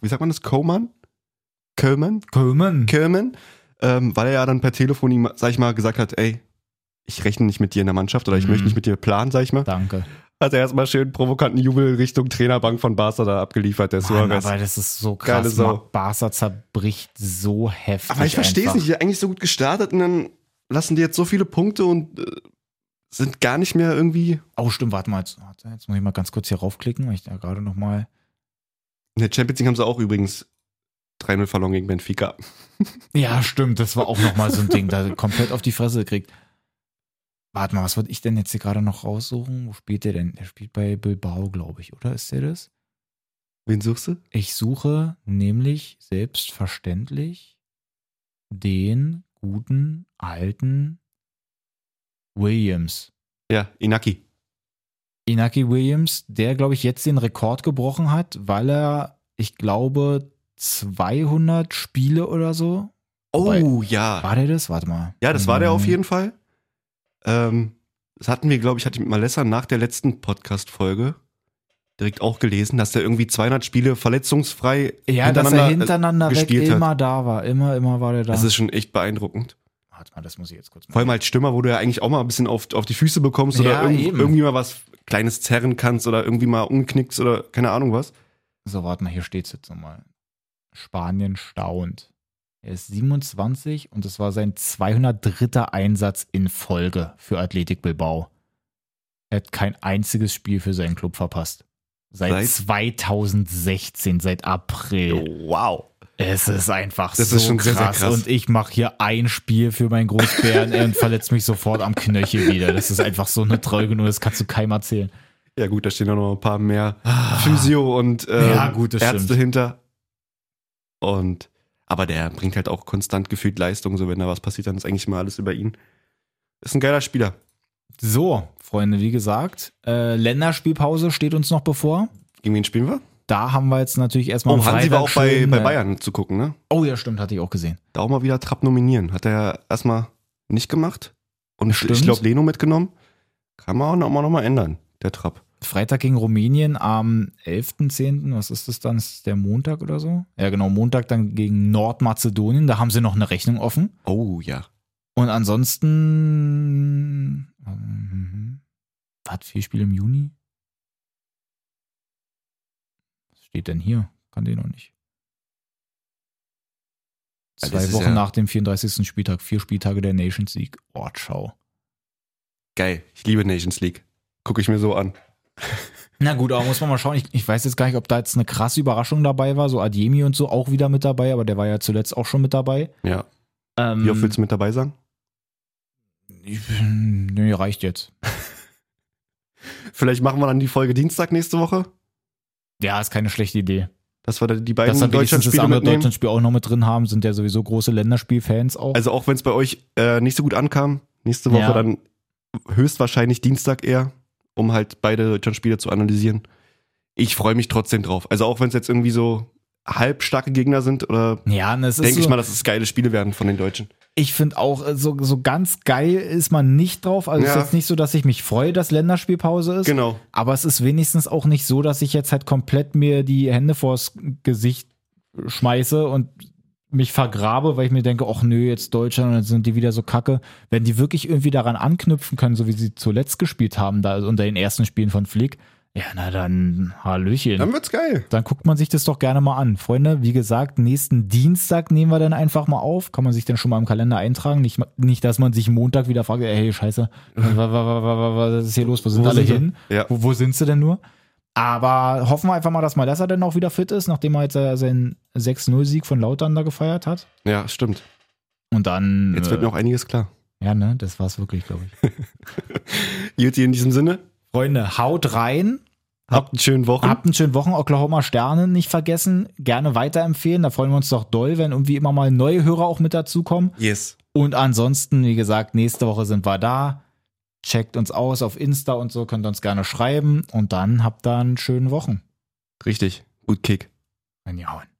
Speaker 1: wie sagt man das? Koman? Kömen?
Speaker 2: Kömen.
Speaker 1: Kerman, ähm, weil er ja dann per Telefon ihm, sag ich mal, gesagt hat, ey, ich rechne nicht mit dir in der Mannschaft oder ich
Speaker 2: Mhm.
Speaker 1: möchte nicht mit dir planen, sag ich mal.
Speaker 2: Danke.
Speaker 1: Hat er erstmal schön provokanten Jubel Richtung Trainerbank von Barca da abgeliefert, der
Speaker 2: Mann,
Speaker 1: Suarez.
Speaker 2: aber das ist so
Speaker 1: Geile
Speaker 2: krass.
Speaker 1: Sau.
Speaker 2: Barca zerbricht so heftig.
Speaker 1: Aber ich verstehe es
Speaker 2: einfach.
Speaker 1: nicht. Die Eigentlich so gut gestartet und dann lassen die jetzt so viele Punkte und äh, sind gar nicht mehr irgendwie.
Speaker 2: Oh, stimmt, warte mal. Jetzt, warte, jetzt muss ich mal ganz kurz hier raufklicken, weil ich da gerade nochmal.
Speaker 1: In der Champions League haben sie auch übrigens 3-0 verloren gegen Benfica.
Speaker 2: Ja, stimmt, das war auch nochmal so ein Ding, da komplett auf die Fresse gekriegt. Warte mal, was würde ich denn jetzt hier gerade noch raussuchen? Wo spielt der denn? Der spielt bei Bilbao, glaube ich, oder? Ist der das?
Speaker 1: Wen suchst du?
Speaker 2: Ich suche nämlich selbstverständlich den guten alten Williams.
Speaker 1: Ja, Inaki.
Speaker 2: Inaki Williams, der, glaube ich, jetzt den Rekord gebrochen hat, weil er, ich glaube, 200 Spiele oder so.
Speaker 1: Oh
Speaker 2: Wobei- Mhm.
Speaker 1: ja.
Speaker 2: War der das? Warte mal.
Speaker 1: Ja, das war der auf
Speaker 2: Fall.
Speaker 1: jeden Fall. Ähm, das hatten wir, glaube ich, hatte ich mit Malessa nach der letzten Podcast-Folge direkt auch gelesen, dass der irgendwie 200 Spiele verletzungsfrei
Speaker 2: Ja, dass er hintereinander weg
Speaker 1: äh, gespielt hat.
Speaker 2: immer da war. Immer, immer war der da.
Speaker 1: Das ist schon echt beeindruckend.
Speaker 2: Warte mal, das muss ich jetzt kurz
Speaker 1: Vor allem als Stürmer, wo du ja eigentlich auch mal ein bisschen auf, auf die Füße bekommst oder
Speaker 2: Ja,
Speaker 1: irgend-
Speaker 2: eben.
Speaker 1: irgendwie mal was Kleines zerren kannst oder irgendwie mal umknickst oder keine Ahnung was.
Speaker 2: So, warte mal, hier steht es jetzt nochmal. Spanien staunt. Er ist 27 und es war sein 203. Einsatz in Folge für Athletic Bilbao. Er hat kein einziges Spiel für seinen Club verpasst. Seit,
Speaker 1: Seit-
Speaker 2: 2016, seit April.
Speaker 1: Wow.
Speaker 2: Es ist einfach
Speaker 1: Das
Speaker 2: so
Speaker 1: ist schon sehr,
Speaker 2: krass.
Speaker 1: sehr krass.
Speaker 2: Und ich mache hier ein Spiel für meinen Großbären und verletze mich sofort am Knöchel wieder. Das ist einfach so eine Treuge, nur das kannst du keinem erzählen.
Speaker 1: Ja gut, da stehen auch noch ein paar mehr Physio und ähm,
Speaker 2: Ah. Ja, gut, das
Speaker 1: Ärzte
Speaker 2: stimmt.
Speaker 1: hinter. Und aber der bringt halt auch konstant gefühlt Leistung, so wenn da was passiert, dann ist eigentlich mal alles über ihn. Ist ein geiler Spieler.
Speaker 2: So, Freunde, wie gesagt, äh, Länderspielpause steht uns noch bevor.
Speaker 1: Gegen wen spielen wir?
Speaker 2: Da haben wir jetzt natürlich erstmal
Speaker 1: Und
Speaker 2: am
Speaker 1: Hansi
Speaker 2: Freitag
Speaker 1: war Oh, auch bei,
Speaker 2: schön,
Speaker 1: bei
Speaker 2: äh,
Speaker 1: Bayern zu gucken, ne?
Speaker 2: Oh ja, stimmt, hatte ich auch gesehen.
Speaker 1: Da auch mal wieder Trapp nominieren. Hat er ja erstmal nicht gemacht. Und
Speaker 2: Stimmt.
Speaker 1: ich glaube, Leno mitgenommen. Kann man auch nochmal noch mal ändern, der Trapp.
Speaker 2: Freitag gegen Rumänien am 11.10., was ist das dann? Ist der Montag oder so? Ja, genau, Montag dann gegen Nordmazedonien. Da haben sie noch eine Rechnung offen.
Speaker 1: Oh ja.
Speaker 2: Und ansonsten. ähm, Was? Vier Spiele im Juni? Was steht denn hier? Kann den noch nicht.
Speaker 1: Ja, das
Speaker 2: Zwei
Speaker 1: ist
Speaker 2: Wochen
Speaker 1: ja-
Speaker 2: nach dem 34. Spieltag, vier Spieltage der Nations League. Oh, ciao.
Speaker 1: Geil. Ich liebe Nations League. Gucke ich mir so an.
Speaker 2: Na gut, aber muss man mal schauen. Ich, ich weiß jetzt gar nicht, ob da jetzt eine krasse Überraschung dabei war. So Ademi und so auch wieder mit dabei, aber der war ja zuletzt auch schon mit dabei.
Speaker 1: Ja.
Speaker 2: Ähm,
Speaker 1: Wie oft willst du mit dabei sein?
Speaker 2: ich, nee, reicht jetzt.
Speaker 1: Vielleicht machen wir dann die Folge Dienstag nächste Woche,
Speaker 2: Ja, ist keine schlechte Idee.
Speaker 1: dass wir da die
Speaker 2: dass
Speaker 1: beiden
Speaker 2: dann wenigstens das
Speaker 1: Deutschlandspiele
Speaker 2: andere
Speaker 1: mitnehmen.
Speaker 2: Deutschlandspiel auch noch mit drin haben, sind ja sowieso große Länderspielfans auch.
Speaker 1: Also auch wenn es bei euch äh, nicht so gut ankam, nächste Woche
Speaker 2: Ja.
Speaker 1: dann höchstwahrscheinlich Dienstag eher, um halt beide Deutschlandspiele zu analysieren. Ich freue mich trotzdem drauf. Also auch wenn es jetzt irgendwie so halbstarke Gegner sind oder
Speaker 2: ja, ne, es ist
Speaker 1: denke
Speaker 2: so,
Speaker 1: ich
Speaker 2: ich,
Speaker 1: mal, dass es geile Spiele werden von den Deutschen.
Speaker 2: finde auch, äh, so, so ganz geil ist man nicht drauf. Also es
Speaker 1: Ja.
Speaker 2: ist jetzt nicht so, dass ich mich freue, dass Länderspielpause ist.
Speaker 1: Genau.
Speaker 2: Aber es ist wenigstens auch nicht so, dass ich jetzt halt komplett mir die Hände vors Gesicht schmeiße und mich vergrabe, weil ich mir denke, ach nö, jetzt Deutschland, dann sind die wieder so kacke. Wenn die wirklich irgendwie daran anknüpfen können, so wie sie zuletzt gespielt haben, da unter den ersten Spielen von Flick, ja, na dann, Hallöchen.
Speaker 1: Dann wird's geil.
Speaker 2: Dann guckt man sich das doch gerne mal an. Freunde, wie gesagt, nächsten Dienstag nehmen wir dann einfach mal auf. Kann man sich dann schon mal im Kalender eintragen. Nicht, nicht dass man sich Montag wieder fragt, ey, scheiße, wa- wa- wa- wa- wa- wa- was ist hier los? Wo sind
Speaker 1: Wo
Speaker 2: alle
Speaker 1: sind sie?
Speaker 2: hin?
Speaker 1: Ja.
Speaker 2: Wo, wo sind sie denn nur? Aber hoffen wir einfach mal, dass Malessa dann auch wieder fit ist, nachdem er jetzt äh, seinen 6-0-Sieg von Lautern da gefeiert hat.
Speaker 1: Ja, stimmt.
Speaker 2: Und dann.
Speaker 1: Jetzt wird mir auch einiges klar.
Speaker 2: äh, ja, ne, das war's wirklich, glaube ich.
Speaker 1: Juti, in diesem Sinne,
Speaker 2: Freunde, haut rein.
Speaker 1: habt einen schönen Wochen.
Speaker 2: Habt einen schönen Wochen. Oklahoma Sterne nicht vergessen. Gerne weiterempfehlen. Da freuen wir uns doch doll, wenn irgendwie immer mal neue Hörer auch mit dazukommen.
Speaker 1: Yes.
Speaker 2: Und ansonsten, wie gesagt, nächste Woche sind wir da. Checkt uns aus auf Insta und so, könnt uns gerne schreiben. Und dann habt da einen schönen Wochen.
Speaker 1: Richtig. Gut Kick.
Speaker 2: Wenn ihr hauen.